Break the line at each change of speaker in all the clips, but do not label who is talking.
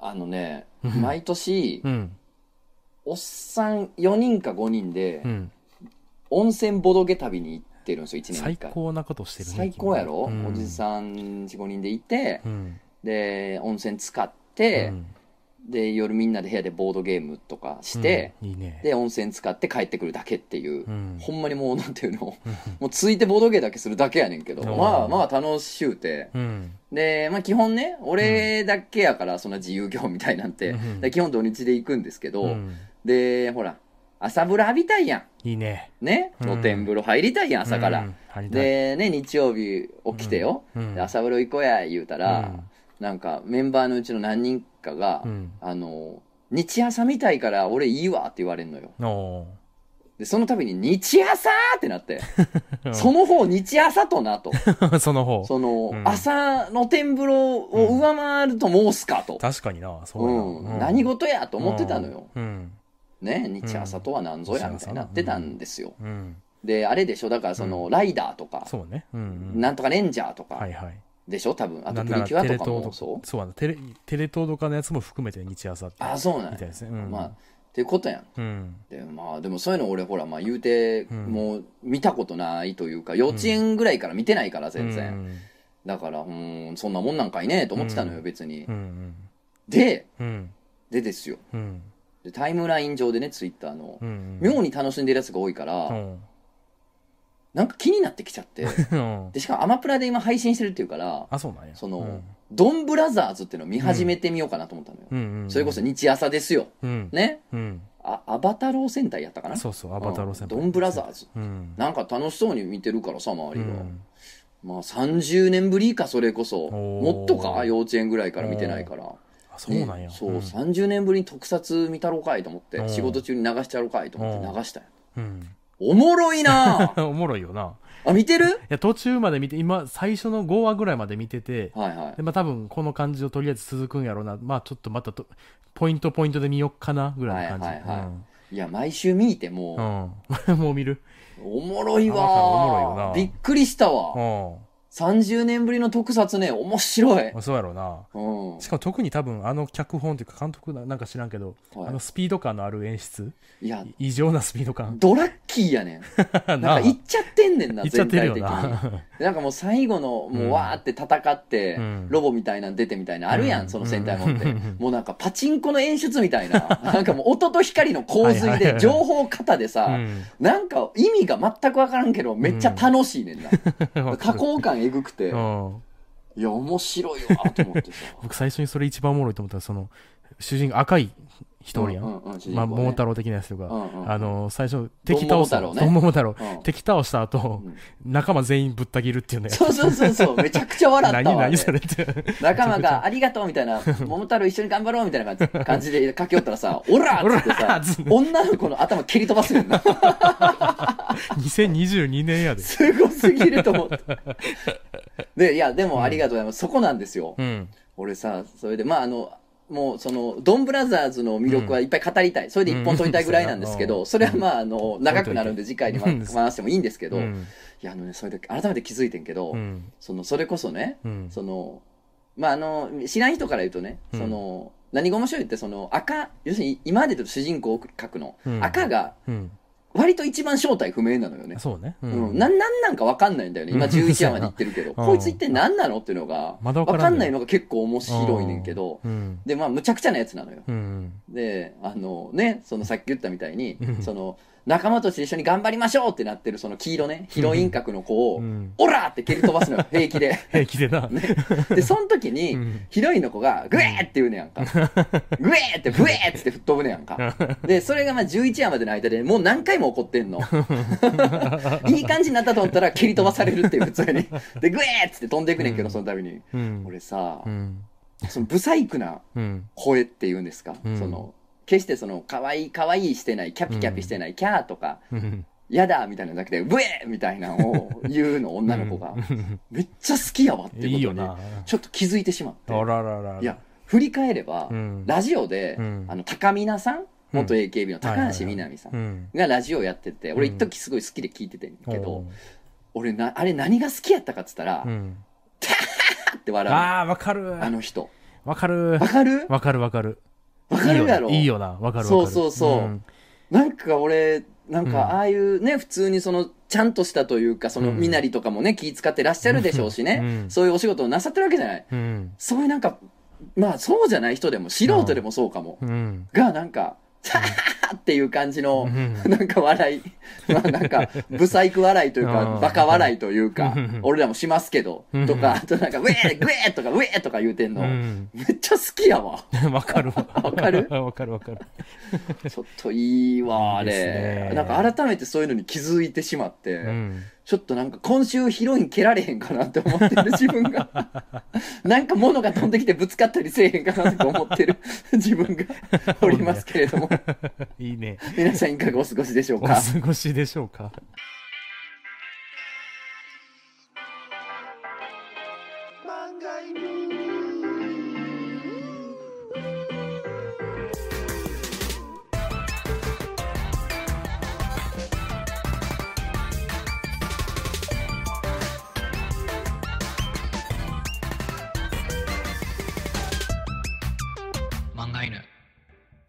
あのね、
うん
毎年、
うん。
おっさん4人か5人で、
うん。
温泉ボドゲ旅に行ってるんですよ、1年に
最
1回。
高なことしてるね。
最高やろ、
君
おじさん4、5人でいて、
うん。
で、温泉使っ
う
て、
ん
で、夜みんなで部屋でボードゲームとかして、、
うんいいね。
で、温泉使って帰ってくるだけっていう、
うん、
ほんまにもうなんていうの、
うん
もうついてボードゲーだけするだけやねんけど、
うん
まあまあ楽しゅうて。
うん。
で、まあ基本ね、俺だけやから、そんな自由業みたいなんて、
うん
で基本土日で行くんですけど、
うん
で、ほら、朝風呂浴びたいや
いいね。
ん。ね、
うん
露天風呂入りたいやん、朝から。
うん。入りたい、
で、ね、日曜日起きてよ。
うん
で朝風呂行こうや、言うたら、なんかメンバーのうちの何人かが、
うん。
あの、日朝みたいから俺いいわって言われんのよ。
うん。お
で、その度に日朝ってなって、
ー
その方日朝となと。
その方。
その、
うん
朝の天風呂を上回ると申すかと。
確かにな、そううや
ん。
な。
何
事
事やと思ってたのよ。。
うん。
ね、日朝とは何ぞやみたいになってたんですよ。
うん。
で、あれでしょ、だからその、ライダーとか、
そうね。うんうん。
なんとかレンジャーと
は
か
いはい。
でしょ、多分。あ
な
と
ん
プ
な
リ
ら
キュア
テレ
と
東
かもそ
そうなんだテレテレ東とかのやつも含めて日朝って
う。あ、そうなん
みた
や。
いですね、うん
まあ、っていうことやん。
うん
でまあ、でもそういうの俺ほら、まあ、言うて、
うん
もう見たことないというか幼稚園ぐらいから見てないから全然、
うん
だからうーんそんなもんなんかいねえと思ってたのよ、
うん
別に、
うん
で
うんうん
でですよ
うん
でタイムライン上でねツイッターの、
うん
妙に楽しんでるやつが多いから、
うん
なんか気になってきちゃって
うん
でしかもアマプラで今配信してるっていうから
あそうなんや
その、
うん
ドンブラザーズっていうのを見始めてみようかなと思ったのよ、
うんうん
それこそ日朝ですよ
うん
ね
うん
あアバタロー戦隊やったかな
そうそうアバタロー先輩
うんドンブラザーズ
うん
なんか楽しそうに見てるからさ周
う
りが、
ん
まあ30年ぶりかそれこそ
おー
もっとか幼稚園ぐらいから見てないから、
あそうなん
ね
や
そう、
うん
30年ぶりに特撮見たろかいと思って
うん
仕事中に流しちゃろかいと思って流したよ
うん
おもろい なぁ
おもろいよな
あ見てる
いや途中まで見て今最初の5話ぐらいまで見てて
はいはい
でまあ多分この感じをとりあえず続くんやろうなまあちょっとまたとポイントポイントで見よっかなぐらいの
はいはいはい
感
いや毎週見て
じう
も
んうん もう見る
う、おもろいわ
あ
ぁ
おもろいよな
びっくりした
う
わ
ん
30年ぶりの特撮ね面白い、
まあそうやろうな
うん
しかも特に多分あの脚本というか監督ななんか知らんけど、あ
は
のスピード感のある演出
い、いや
異常なスピード感
ドラッキーやねん な
な
んか行っちゃってんねんな
っちゃっ
全
て
体
るよ
的 に
な
でなんかもう最後のもうわーって戦って、
うん
ロボみたいなん出てみたいなあるやん、
うん
その戦隊もんって、
うん
もうなんかパチンコの演出みたいな なんかもう音と光の洪
は
水
いはい
で
はい
情報型でさ、
うん
なんか意味が全く分からんけどめっちゃ楽しいねんな、
わか
加
る
工感えぐくて、
うん
いや面白いわと思って さ
僕最初にそれ一番おもろいと思ったらその主人公赤い人おるやん、
うんうんうん主人公ね
まあ、桃太郎的なやつとか、
うんうん
あの最初敵倒す
ドン桃太郎ね
ドン桃太郎
うん
敵倒した後、仲間全員ぶった切るっていう ね
そうそうそうそうめちゃくちゃ笑った
何
わあれ
何それって
仲間が「ありがとう」みたい な「桃太郎一緒に頑張ろう」みたいな感じ感じで駆け寄ったらさ「オラ!」っつって
オラ
さ
っつって
女の子の頭蹴り飛ばすねんな
2022年やで、
すごすぎると思ってでいやでもありがとうございます、そこなんですよ、
うん、
俺さそれでまああのもうそのドンブラザーズの魅力はいっぱい語りたい、それで一本取りたいぐらいなんですけど、
うん
それはまああの長くなるんで次回にま
うん
回してもいいんですけど、
う
い
ん
やあのねそれで改めて気づいてんけど、
うん
そのそれこそね、
うん
そのまああの知らん人から言うとね、
うん
その何が面白いってその赤要するに今までと主人公を描くの、
うん
赤が
うん
割と一番正体不明なのよね、
そうね、う
うん、なんなんなんか分かんないんだよね今
うん
11話まで言ってるけど、
そうやな
こいつ一体何なのっていうのが
まだ
分
わからん
かんな
ね
いのが結構面白いねんけど、
うん
でまあむちゃくちゃなやつなのよ
うん
であのねそのさっき言ったみたいに、
うん
その仲間として一緒に頑張りましょうってなってるその黄色ねヒロイン格の子を、
うん
オラーって蹴り飛ばすのよ平気 で
平気 でな、
でその時に、
うん
ヒロインの子がグエーって言うねやんか。グエーってブエーっつって吹っ飛ぶねやん か。で、それがまあ11話までの間でもう何回も起こって んの。いい感じになったと思ったら蹴り飛ばされるっていう普通に。で、グエーっつって飛んでいくねんけど、その度に。
うん
俺さ
う、ん
そのブサイクな
うん
声って言うんですか、
うん
その、決してその、可愛い可愛いしてない、キャピキャピしてない、キャーとか、
うん
やだみたいなのだけで、ブエーみたいなのを言うの、女の子が。めっちゃ好きやわってい
いい
こと
うよ
に、
な
ちょっと気づいてしまって。
あらららら
いや、振り返れば、
うん
ラジオで、
うん
あの、高見なさん元 AKB の高橋みなみさ
うんん
がラジオやってて、俺
うん
一時すごい好きで聞いててんけど、
おう
俺な、あれ何が好きやったかっつったら、
うん
って笑う。
ああわかる
あの人。
わかる
わ。かる
わかるわかる。
わかるやろ
いいよな。いいよなわかるわかる。
そうそうそうんなんか俺、なん
うん
かああいうね、普通にその、ちゃんとしたというか、その、
うん
身なりとかもね、気使ってらっしゃるでしょうしね、
うん
そういうお仕事をなさってるわけじゃない。
うん。
そういうなんか、まあそうじゃない人でも、素人でもそうかも。
うん。
が、なんか、ははっていう感じの
う、ん
なんか笑 い、まあなんか、ブサイク笑いという
う
か
ん、
バカ笑いというか
うん、
俺らもしますけど
うん、
とか、あとなんか、ウェーウェーとか、ウェーとか言うてんの、
うん。
めっちゃ好きやわ。
わかるわ。
わかる
わかるわかる。
ちょっといいわ、あ
いいです
れ。
ね
なんか改めてそういうのに気づいてしまって、
うん。
ちょっとなんか今週ヒロイン蹴られへんかなって思ってる自分 が。なんか物が飛んできてぶつかったりせえへんかなとか思ってる自分がおりますけれ ども、
いいね。
皆さんいかがお過ごしでしょう
お
か
過。ごしでしょうか。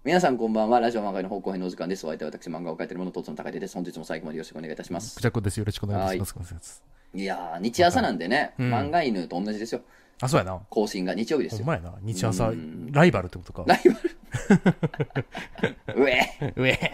皆さんこんばんは。ラジオ漫画の方向編のお時間です。お相手は私、漫画を描いている者、とつの高手です。本日も最後までよろしくお願いいたします
く。ちゃこです。よろしくお願いします。お願いします
いやー、日朝なんでね、
うん
漫画犬と同じですよ。
あ、そうやな。
更新が日曜日で
ほ
すよ。
んまやな。日朝
うん、
ライバルってことか。
ライバ ル。うえ
上 って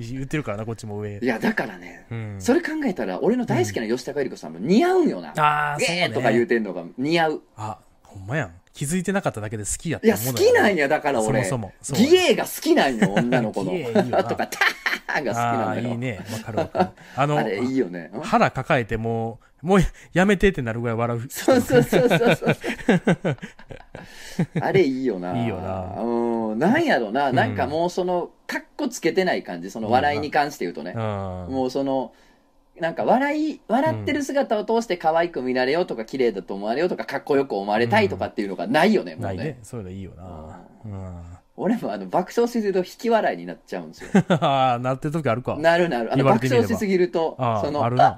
言ってるからな、こっちも上
い。や、だからね、
うん。
それ考えたら、俺の大好きな吉高由里子さんも似合うんよな。
ああ、
え
そうね
ーとか言うてんのが似合う。
あ、ほんまやん。気づいてなかっただけで好きやっ
い
た
や、好きなん
や。
や、だから俺。
そもそもそう
ギエーが好きなんよ、女の子 の。
義英いいよな
とか、タハハが好き
あ
な
あ
んだ
ー、
よ。
いいね。わかるわかる。あの
あ、れ、いいよね。ん
腹抱えてもう、もうやめてってなるぐらい笑う。
そうそうそうそう そう。あれ、いいよな。
いいよな
うん。なんやろな、なんかもうその、かっこつけてない感じ、その笑いに関して言うとね
う。ん。
もうその、なんか笑い、笑ってる姿を通して可愛く見られようとか、綺麗だと思われようとか、かっこよく思われたいとかっていうのがないよね、も
な
う
い
ね
ね。。そういうのいいよな。うん。
俺もあの、爆笑しすぎると引き笑いになっちゃうんですよ。
ああ、なってる時あるか。
なるなる。あの
言われ
爆
てみれば
笑しすぎると
あ、
そ
あ、
の、
あるな。
っ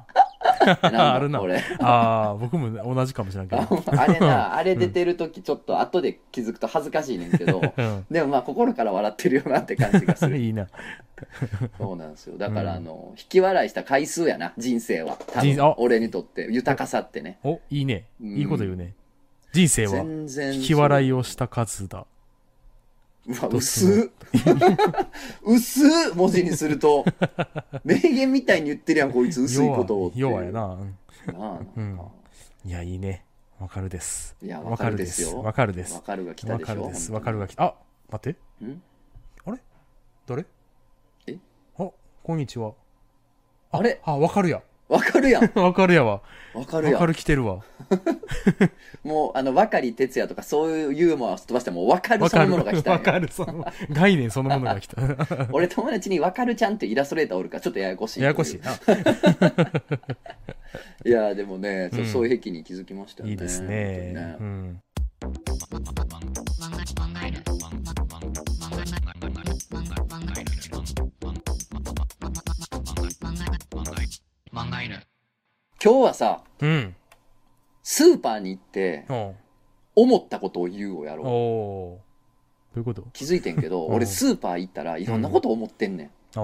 てんの
あるな
俺。
ああ、僕も同じかもしれんけ
あ
ど。
あれな、あれ出てるとき、ちょっと後で気づくと恥ずかしいねんけど、
うん。
でもまあ、心から笑ってるよなって感じがする。
いいな。
そうなんですよ。だか
う
ら、
ん
あの、引き笑いした回数やな、人生は。多
人生あ
分俺にとって、豊かさってね。
お、いいね。
うん
いいこと言うね。人生は、
全然。
引き笑いをした数だ。
うわ、薄っ。 薄っ文字にする と。名言みたいに言ってるやん、こいつ、薄いことをっていう。
弱い弱いな。うん
なあ。
う
なんんか
いや、いいね。わかるです。
いや、わかるですよ。
わかるです
わ。かるが来た
わ
でし
か
ょ。
るです。わ
本
かるがきあ、待って。
当にん
誰
え
あ、こんにちは。
あれ
あ、わかるや。
わかるやん。
わかるやわ。
わかる
わ
や
か
ん。
る来てるわ。
もう、あの、若り哲也とか、そういうユーモアをすっ飛ばしても、わかる
わ
その
かる。
ものが来た
わ
んや
かる。その、概念そのものが来 た。
俺、友達にわかるちゃんってイラストレーターおるから、ちょっとややこしい。
ややこしい。な。
いや、でもね、ちょ
うん
そういう癖に気づきましたよね。
いいです
本
ね。
当
う
に
ん。
今日はさ、
うん。
スーパーに行って、
おう
思ったことを言うをやろう。
おうどういうこと
気づいてんけど、
うん
俺スーパー行ったらいろんなこと思ってんねん。
あ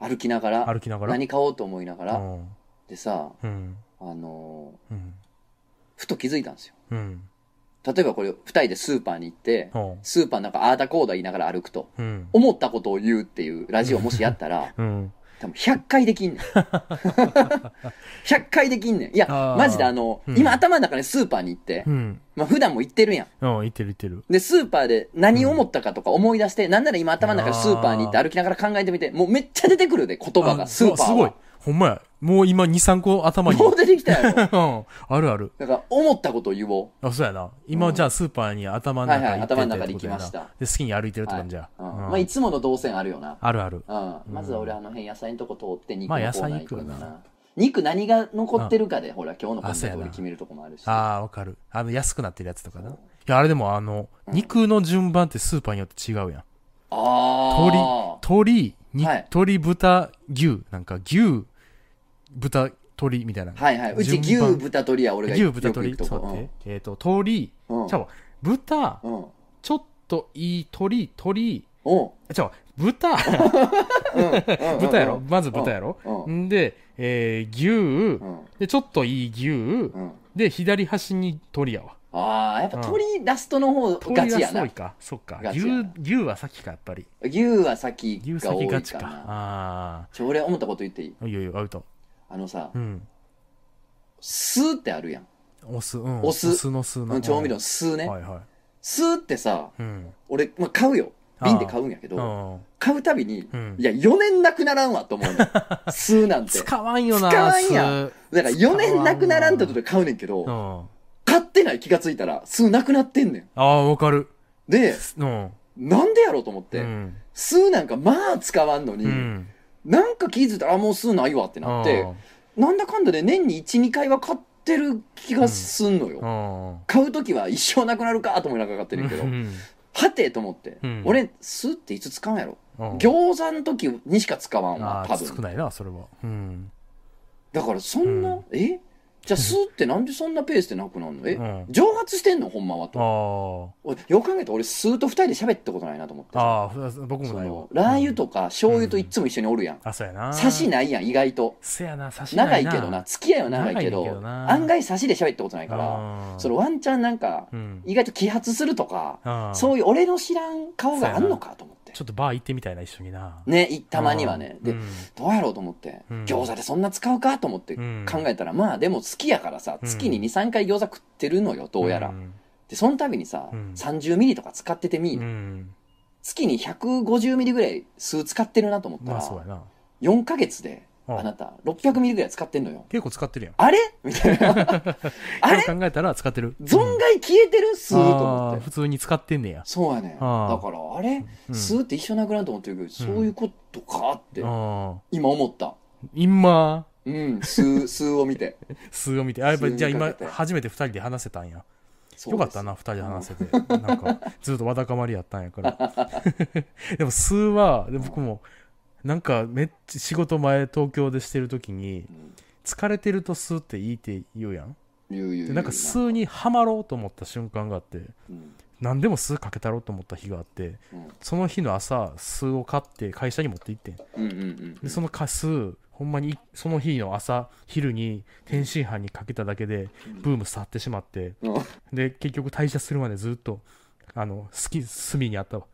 歩きながら
あ。歩きながら。
何買おうと思いながら、
うん。
でさ、
うん。
あのー
うん。
ふと気づいたんですよ。
うん。
例えばこれ、二人でスーパーに行って、
おう
スーパーなんかああだこうだ言いながら歩くと、
うん。、
思ったことを言うっていうラジオもしやったら
うん。
多分100回できん ねん。100回できんねん。いや
あ、ー
マジであの、
うん
今頭の中でスーパーに行って
う、ん。
まあ普段も行ってるやん。
うん。いってるいってる。
で、スーパーで何を思ったかとか思い出して、なんなら今頭の中でスーパーに行って歩きながら考えてみて、もうめっちゃ出てくるで、言葉が、
あ
スーパーは。
すごい。ほんまや。もう今2、3個頭に。
もう出てきたや ろ。
うん。あるある。
だから、思ったことを言お
あ、そうやな。今、
うん
じゃあスーパーに頭の中
はいはい
行ってて
頭の中で
ってことやな
行きました
で、好きに歩いてるって感じじゃ。
う。うん
うん
まあ、いつもの動線あるよな。
あるある。
うん。まずは俺、あの辺、野菜のとこ通って、肉の
ま
コ
あ
ーナ
野
ー
菜
行くんだ
行くよ
な。肉何が残ってるかで、ほら、今日のコン
あそう
テ
や
ン
な
ツ俺決めるとこもあるし。
あ
あ
あ、わかる。あの、安くなってるやつとかな。
そ
いうや、あれでも、あの、
うん
肉の順番ってスーパーによって違うやん。
あー。
鶏、に
はい
鶏、豚、牛、なんか、牛、豚、鶏みたいな。
はいはい。うち牛
順番
豚鳥や、俺が
牛、
よ
豚、
く行
鶏、
く
ち
と
ょっと
こ。
待って。えっと、鶏、
うん
ちゃうわ豚、
うん。
ちょっといい鳥、鳥、
おう。
ちょ、豚、
うん。
豚やろ、
うん
まず豚やろ、
うん
んで、えー、牛、
うん。
で、ちょっといい牛、
うん。
で、左端に鳥やわ。
ああ、やっぱ鳥ラストの方
鳥
ガチ
は
や
そう
な。
か、そっか。
ガチ
牛
やな、
牛は先か、やっぱり。
牛は先
牛
が多
先
い
ガチ
か
か。
な。
あ
ちょ、俺思ったこと言っていい
あ。いいよいいよ、アウト。
あのさ
う、ん。
酢ってあるやん。
お酢、うん。
お酢
の酢
う、
なん
調味料の酢ね
は。いは
酢ってさ、
い。うん。
俺、まあ、買うよ。瓶で買うんやけ
う
ど、
ん。
買うたびに、
うん
いや、4年なくならんわと思う ねん酢なんて。だか
使わんよな、
使わんやん
ん。
ら4年なくならんってことで買うねんけ
う
ど、
ん。あ
買ってない気がついたら、酢なくなってんねん。
あ、わかる。
で、
うん。
なんでやろうと思っ
う
て、
ん。
酢なんかまあ使わんのに、
うん。
なんか気づいたら、あ、もう酢ないわってなって、なんだかんだで年に1、2回は買ってる気がすんのよ。
うん。うん。
買うときは一生なくなるかと思いながら買ってるけど
う、ん
はてと思って、
うん
俺、酢っていつ使うんやろ
うん
餃子の時にしか使わんわ
あ、
多
あ、少
分。
ないな、それは。うん。
だからそんな、
うん
えじゃあ酢ってなんでそんなペースでなくなるのえ、
うん
蒸発してんのほんまは
あ
と。
ー
俺よく考えたら俺酢と二人で喋ったことないなと思ってさ。
あー、僕
そ
もないわ
の。ラー油
うん
とか醤油といっつも一緒におるやん。
あ、そうやな。
差しないやん、意外と。
せやな、差し
長
ないいな。
けどな。付き合いは長いけ
長いけど
ど、
な
案外差しで喋ったことないから、
ら
そのワンチャンなんか、
うん。
意外と揮発するとか、
うん
そういう俺の知らん顔があんのかと思って
ち。ょっとバー行ってみたいな、一緒にな。
ね、いたまにはね。
う
で、
ん
どうやろうと思って、
うん
餃子でそんな使うかと思って
うん
考えたら、まあでも好きやからさ
うん
月に23回餃子食ってるのよどうやら、
ん
でその度にさ、
うん
30ミリとか使っててみ、
うん。
月に150ミリぐらい数使ってるなと思った
ま
ら、
あ、そうやな。
4ヶ月で
うん
あなた600ミリぐらい使ってんのよ
結構使ってるやん。
あれみたいなあれ
よく考えたら使ってる。
存外消えてる数と思
あ
っ
ー
て
普通に使ってんねや。
そうやねだか
あー
らあれ
うん
数って一緒なくなると思ってるけど、そういうことかって
ああ。
今思った
今、
うん 数数を見て
数を見て。あ、やっぱりじゃあ
数を
今
見て、
初めて二人で話せたんや。
そう
よ
です
かったな、二人で話せて。なんか、ずっとわだかまりやったんやから。 でも、数は、で僕も、なんか、めっちゃ仕事前、東京でしてる時に
う、ん
疲れてると数っていいって言うやん。
言う言う言
で
う
なんか数にはまろうと思った瞬間があって
うん
何でも数かけたろうと思った日があって
うん
その日の朝数を買って会社に持って行ってん
うんうんうんう
で
ん
そのか数ほんまにその日の朝昼に天津飯にかけただけでブーム去ってしまって
うん
で結局退社するまでずっとあの好き隅に あったわ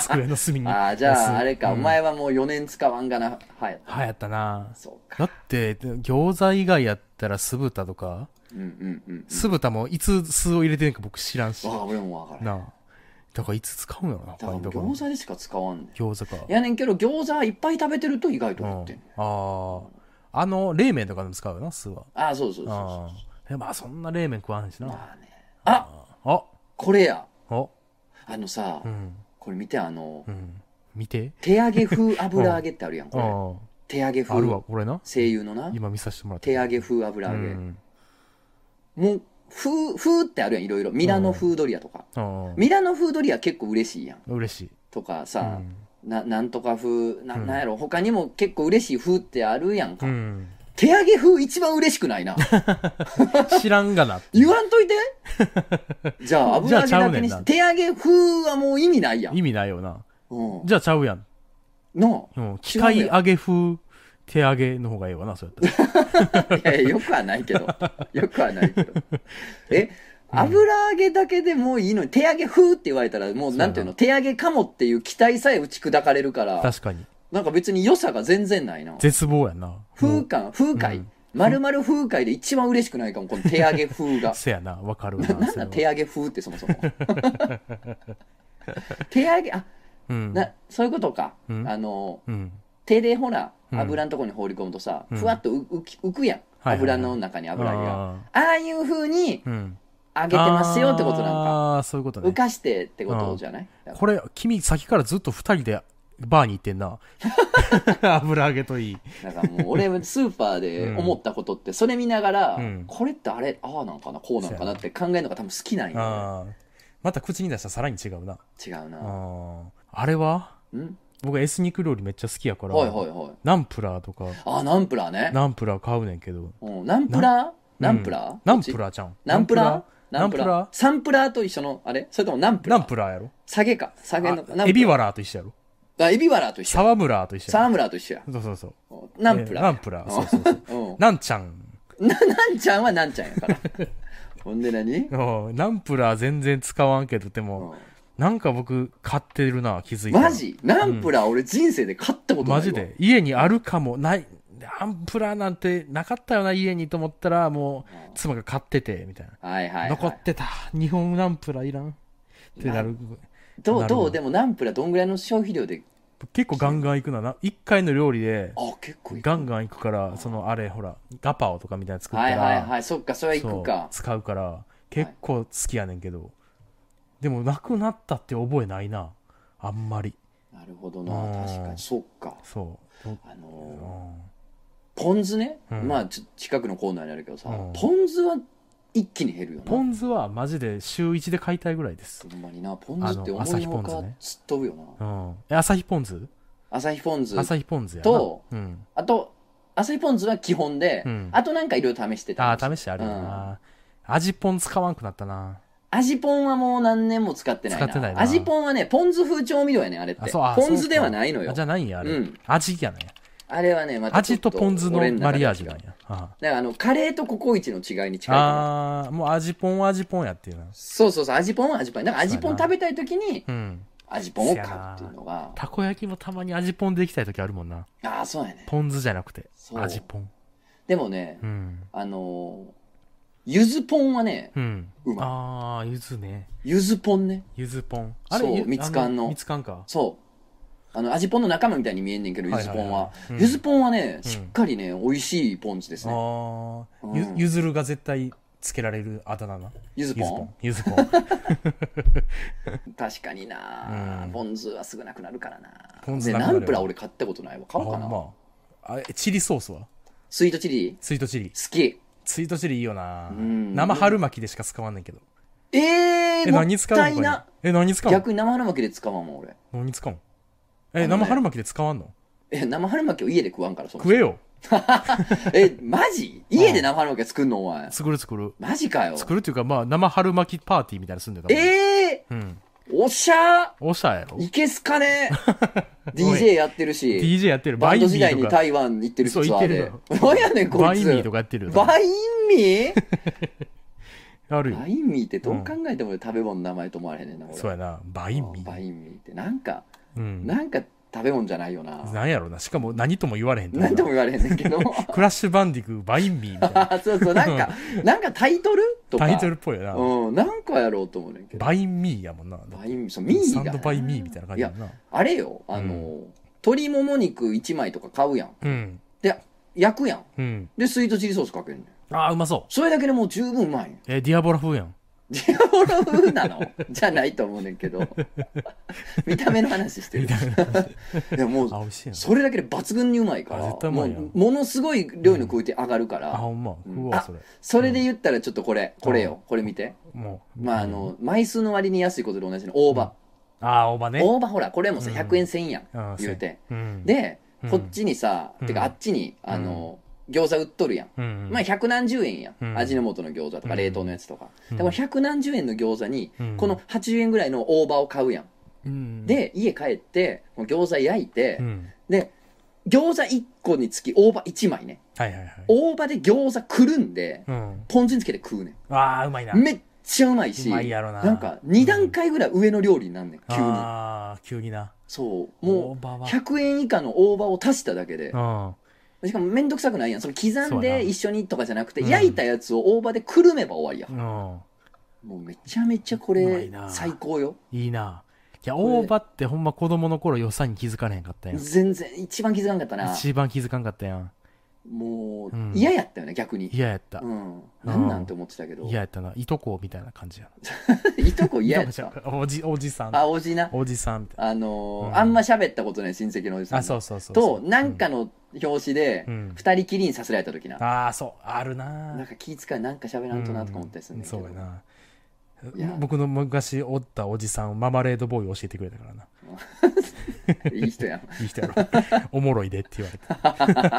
机の隅に
ああじゃ
数
ああれか、
うん
お前はもう4年使わんがなはい
はやったな
そうか
だって餃子以外やったら酢豚とか
うんうんうん
酢豚もいつ酢を入れてんか僕知らんし
ああ俺もわからん
なあ。だからいつ使うんやろな、
だから
他にだから
餃子でしか使わんねん
餃子か。
いやねんけど餃子いっぱい食べてると意外と
う
減っ
ん
てんねん、
ああ。あの、冷麺とかでも使うよな、酢は。
ああそうそうそう
あ
そ
あ。まあ、そんな冷麺食わんし
う
な。
まあねあ
あ
これや
お
あのさ、
うん。
これ見てあの、
うん。見て。
手揚げ風油揚げってあるやんこ
あ
れ、
あ。
手揚げ
あるわ
風、
これな。
声優のな
今見させてもらった。
手揚げ風油
う
揚げ、
ん。
もう風風ってあるやんいろいろミラノ風ドリアとか、
あ
ミラノ風ドリア結構嬉しいやん
あ。嬉しい。
とか
う
さ、
ん
ななんとか風な
うん
なんやろ、他にも結構嬉しい風ってあるやん
う
か、
ん。
手揚げ風一番嬉しくない な
知らんがな。
言わん といてじゃあ
じ
油
ゃあ
揚げ
ちゃ
だ
う
け
ねん
に
な
して手揚げ風はもう意味ないやん、
意味ないよな。
うん、
じゃあちゃうやん。
の
うん。機械揚げ風手揚げの方がいいわな、そうやったら。
いやいやよくはないけどよくはない けどえ油揚げだけでもういいのに手揚げ風って言われたらもうなんていうの手揚げかもっていう期待さえ打ち砕かれる から
確かに。
なんか別に良さが全然ないな
絶望やな。もう
風感風
う
海
ん
まるまる風海で一番嬉しくないかもこの手揚げ風 が
せやな、わかるわ
ななん
それ
だ
は
手上げ風ってそもそ も手上げあ、
うん。
なそういうことか、
うん
あの
うん。
手でほら
うん
油のとこに放り込むとさ、
うん
ふわっとう浮き浮くやん、
はいはい
油の中に油揚げがあ
あ
あいうふうに
ーうん。
揚げてますよってことなんか
ああー、そういうこと
浮
ね。
かしてってことじゃないだから
これ、君、先からずっと二人でバーに行ってん な。油揚げといい。
だからもう俺 スーパーで思ったことってそれ見ながら、
うん
これってあれああなんかなこうなんかなって考えるのが多分好きなんよ
ああ。また口に出したらさらに違うな。
違う
あ
な
ーあれは
うん
僕エスニック料理めっちゃ好きやから、
はいはいはい
ナンプラーとか、
あナンプラーね
ナンプラー買うねんけど。
うんナンプラーナンプラー
うんナンプラーちゃん。
ナンプラーナンプ
ナンプラ
ラサンプラーと一緒のあれそれともナンプラ
ナンプラーやろ
下げか下げのナンプラ
あエビワラーと一緒やろ
あエビワラーと一緒
沢村ーと一緒や
沢村と一緒や
ろそうそうそう
ナンプ
えーナ
ラ
ン
ー
プラー
うん
そうそうそう
うん
なんちゃん
ななんちゃんはなんちゃんやから ほんで何
おうナンプラー全然使わんけどでも、なんか僕買ってるな気づいた
マ
ら
ジナンプラー俺人生で買ったことないわ
マジで家にあるかもないナンプラーなんてなかったよな家にと思ったらも
う
う
ん
妻が買っててみたいな、
はいはい、
残
は
ってた日本ナンプラーいらんってなる
い、ど
な
う
るほど
どうでもナンプラーどんぐらいの消費量で
結構ガンガンいくなな1回の料理で
あ結構いく
ガンガンいくからそのあれほらガパオとかみたいなの作った
はい
ら、
はいはいそっかそれは行くか
そう使うから結構好きやねんけど、でもなくなったって覚えないなあんまり
なるほど
うん
な確かにそっか
そう、
あ
う
の
ん
ーポン酢ね、
うん
まあちょ近くのコーナーにあるけどさ、
うん
ポン酢は一気に減るよな
ポン酢はマジで週1で買いたいぐらいです、
ほんまになポン酢って
あの朝
思い
日ポ
のほ
ン酢
か
ね
すっ飛ぶよな
うん、え朝日ポン酢
朝日ポン酢
朝日ポン酢やな
と、
うん、
あと朝日ポン酢は基本で、
うん
あとなんかいろいろ試してた
ああ試してあるよな、味ポン使わんくなったな
味ポンはもう何年も使ってないな
使ってないな
味ポンはねポン酢風調味料やねんあれって
あそうあ
ポン酢ではないの
あ
よ
じゃないんやあれ、
うん
味やね
あれはねまたちょ
味
っと
とポン酢の
俺中
マ
で
リアージュなんやあ
だからあのカレーとココイチの違いに近いかな
あーもう味ポンは味ポンやっていうな
そうそうそう味ポンは味ポンだから味ポン
そうや
食べたい時に
うん
味ポンを買うっていうのが
たこ焼きもたまに味ポンできたい時あるもんな
ああそうやね
ポン酢じゃなくて
そう
味ポン
でもね
うん
あのーゆずポンはね
うん
うまい
ああゆずね
ゆずポンね
ゆずポン
そう
ゆ
蜜柑の
あみつかんか
そうあの味ポンの仲間みたいに見えんねんけどゆずポンは
はいはいはいうん
ゆずポンはね
うん
しっかりね美味しいポン酢ですね
ああ
うん
ゆずるが絶対つけられるあだ名な
ゆず
ゆ
ポ
ず
ン
ポンゆずポン
確かにな、
うん
ポン酢はすぐなくなるからな
ポン酢
で
なくな
ナ
るよ
ンプラー俺買ったことないわ買おうかな、
あほんまあえチリソースは
スイートチリ
スイートチリ
好き
スイートチリいいよな
うん
生春巻きでしか使わんねんけど
ええ
え
ー、も
何
っ
使う
た
ん
い
これ
な
え何使うの
逆に生春巻きで使わんもん俺
何使う
あ
ん
の
え
ね
生春巻きで使わんの
え生春巻きを家で食わんからそもそも
食えよ
えマジ家で生春巻き作んのお前
作る作る
マジかよ
作るっていうかまあ生春巻きパーティーみたいなのすんでた
ええ
うん
ー、おしゃ
おしゃやろ
ーいけすか ね DJ やってるし
DJ やってる
バンド
バイ
時
ンミー
代
と
に
か
台湾行ってるし
そう
ツ
行っ
アー
て
で
る
何やねんこ
バ
い
イ
つ
ンミーとかやってるよな
バインミー
あるよ
バインミーってどう考えても食べ物の名前と思われへんねんな、俺
そうやなバインミ
あバ
ー
インミーってなんか、
うん
なんか食べ物じゃないよな
なんやろなしかも何とも言われへんと
何とも言われへんねんけど
クラッシュバンディクバインミーみた いな
あそうそうなんかなんかタイトルとか
タイトルっぽいよな
うんなんかやろうと思うねんけど
バインミーやもんな
バインミーそうミー
サ
が
ンドバイミーみたいな感じやもんな
あれよあの、
う
鶏もも肉1枚とか買うやん
うん
焼くやん
うん
でスイートチリソースかけるねん
あーうまそう
それだけでもう十分うまいんよ
えディアボラ風やん
ディアボロ風なの じゃないと思うねんけど 見た目の話してる
みたい な
でもう
あ美味しいな
それだけで抜群にうまいから
あ絶対う
も
まいやん
うものすごい量の食うて上がるか
あ
ら、
ほんま
うん
うわ
あ
それ
それで言ったらちょっとこれこれよこれ見て
もう
まああの枚数の割に安いことで同じの大葉
ああおばね
大葉ほらこれもさ
うん
100円1000円やん
あー
言うて
そううん
で
うん
こっちにさ
うん
てかあっちにあの餃子売っとるやん
うん
まあ百何十円や
うん
ん味の素の餃子と
う
か
ん
冷凍のやつとか
うん
だから百何十円の餃子に
うん
この80円ぐらいの大葉を買うやん
うん
で家帰ってこの餃子焼いて
うん
で餃子1個につき大葉1枚ね
はいはいはい
大葉で餃子くるんで
うん
ポン酢につけて食うね
ああうまいなん
めっちゃうまいし
うまいやろな
なんか2段階ぐらい上の料理になんねん急に
ああ急にな
そうも
大葉
う
は
100円以下の大葉を足しただけで
うん
しかも面倒くさくないやんその刻
そ
ん
うやな
で一緒にとかじゃなくて
うん
焼いたやつを大葉でくるめば終わり
うん
やもうめちゃめちゃこ
うまい
れ
な
最高よ
いいないや
これ
大葉ってほんま子供の頃良さに気づかれへんかったやん
全然一番気づかんかったな
一番気づかんかったやん
もう
うん
嫌やったよね逆に
嫌やった
うんなんなんて思ってたけど
嫌やったないとこみたいな感じや
いとこ嫌や
い
っ
とこ
た
ちゃうおじおじさん
あおじな
おじさんみたい
あのー
うん
あんま喋ったことない親戚のおじさ
なんあそう
が
そうそう
となんかの表紙で
うん
二人きりにさせられた時な、
ああそうある
なん
な
か気遣いなんか喋らんとなとか思ったりするんだけど、
うんそうや
いや
な僕の昔おったおじさんママレードボーイ教えてくれたからな
いい人やん。
いい人やろ おもろいでって言われて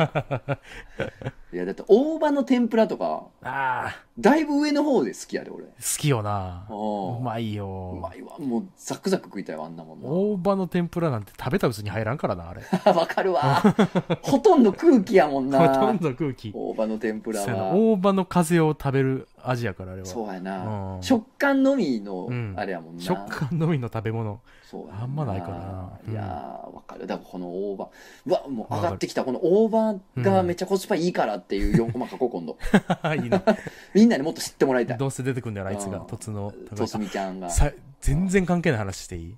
いや、だって大葉の天ぷらとか、
ああ
だいぶ上の方で好きやで、俺。
好きよな
おー
うまいうよ
まいわ。もう、ザクザク食いたいわ、あんなもんな。
大葉の天ぷらなんて食べた薄に入らんからなあれ
あ わかるわ。ほとんど空気やもん
ほと。
なん
ど空気
大葉の天ぷら
そうやな
は。
大葉の風を食べる味やからあれは
そうや
う
な。
ん
食感のみの
うん、
あれやもんな。
食感のみの食べ物
そうや
あんまないからなうん
いやー、わかる。だからこの大葉。うわ、もう上がってきた。この大葉がめっちゃコスパいいからっていう4コマ書こう、今度。
いいな
みんなにもっと知ってもらいたい。
どうせ出てくんだよなあいつが
うん
とつの
とすみちゃんが。
さ全然関係ない話していい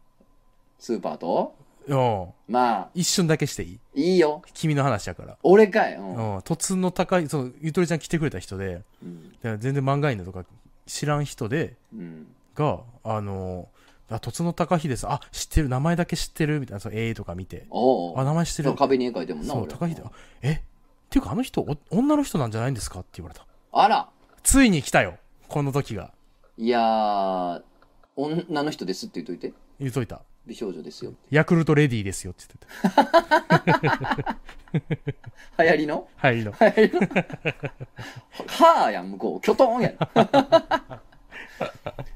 スーパーと
うん
まあ、
一瞬だけしていい
いいよ。
君の話やから
俺かい。うん。
うんとつの高いそのゆとりちゃん来てくれた人で
うん。
だから全然漫画犬とか知らん人で
うん。
があのあとつの高秀さんあ知ってる名前だけ知ってるみたいなその A とか見て
おうお
あ
う。
名前知って
そ
る
う壁に絵描いてるもんな、
そう
俺
高秀あえっていうかあの人お女の人なんじゃないんですかって言われた
あら。
ついに来たよこの時が
いやー、女の人ですって言っといて。
言うといた
美少女ですよ。
ヤクルトレディーですよって言ってた
流行りの
はいの
流行りのはーやん、向こう。きょとんやん。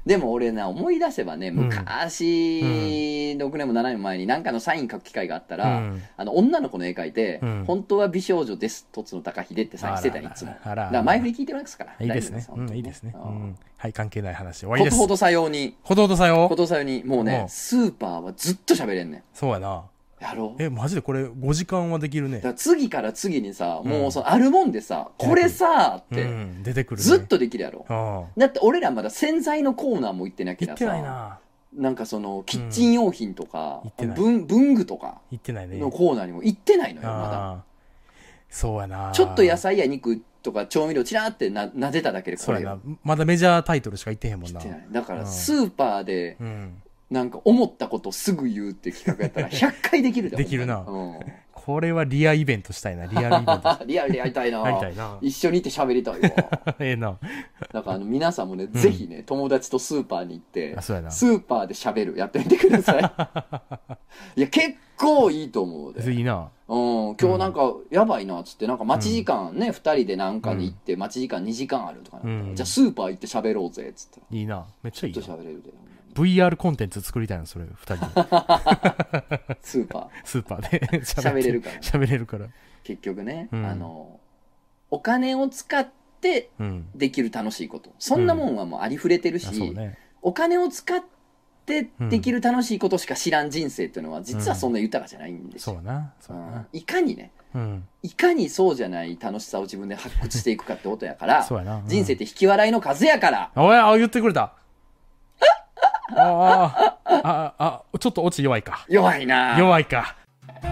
でも俺な、思い出せばね、昔、6年も7年も前に何かのサイン書く機会があったら、
うん
あの、女の子の絵描いて、
うん
本当は美少女です、とつの高秀ってサインしてたよいつも。だ
あらあらあら
から前振り聞いてますから。
いいですね
大丈夫
うんいいですね、う。ん、はい関係ない話終わり
こ
で
と
す
ほどさように、
ほどほどさ
ことほ
よ
どさように、もう
う
ね、
ん
スーパーはずっと喋れんね。
そうやなん
やろう。
えマジでこれ5時間はできるね
だから次から次にさ、
うん
もうそのあるもんでさ、これさーっ
う
て、
ん、出てくる、ね、
ずっとできるやろ。
ああ
だって俺らまだ洗剤のコーナーも行ってなき
行
ゃ
ってないな
なんかそのキッチン用品とか
行っ、てない
文文具とか
行ってないね
のコーナーにも行ってないのよ、ま
ああそうやな
だ。ちょっと野菜や肉とか調味料ちらーってな撫でただけでこ
そう
れ
や
よ
な。まだメジャータイトルしか言ってへんもん
行
な
ってない。だか
う
ら
ん
スーパーで
うん
なんか思ったことすぐ言うって企画や ったら100回できるで
できるな
うん。
これはリアイベントし たいなリアルイベント
リアルでやりたいな
やりたい な
一緒に行って喋り たいわ。
ええな
だからあの皆さんもね、
ん
ぜひね、友達とスーパーに行って
あ、そうやな
スーパーで喋る、やってみてくださ い。いや、結構いいと思うで。
いいな
うん、今日なんか、やばいな、つって、なんか待ち時間ね、二、人でなんかに行って、待ち時間2時間あるとかなったら
うん
じゃあスーパー行って喋ろうぜ、つって。
いいなめっちゃいい
ちょっ
な
と喋れ るで。
VR コンテンツ作りたいなそれ2人 で
スーパー。
スーパーで
喋れるから
喋れるから
結局ね、
うん
あの、お金を使って
うん
できる楽しいこと。そんなもんはもうありふれてる
あ
し、
そうね
お金を使ってできる楽しいことしか知らん人生っていうのは実はそんな豊かじゃないんです
そう
よ、
やなそう
う
や
ん
な、
いかにね
うん
いかにそうじゃない楽しさを自分で発掘していくかってことやから
そうやなうん
人生って引き笑いの数やから
あおいあ言ってくれたああああああちょっと落ち弱いか
弱いな
弱いか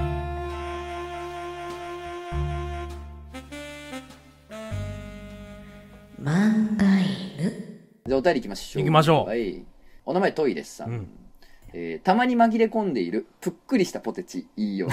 漫画犬
じゃあお便りいきましょう
行きましょう
はい、お名前トイレスさん、
うん
えーたまに紛れ込んでいるぷっくりしたポテチいいよ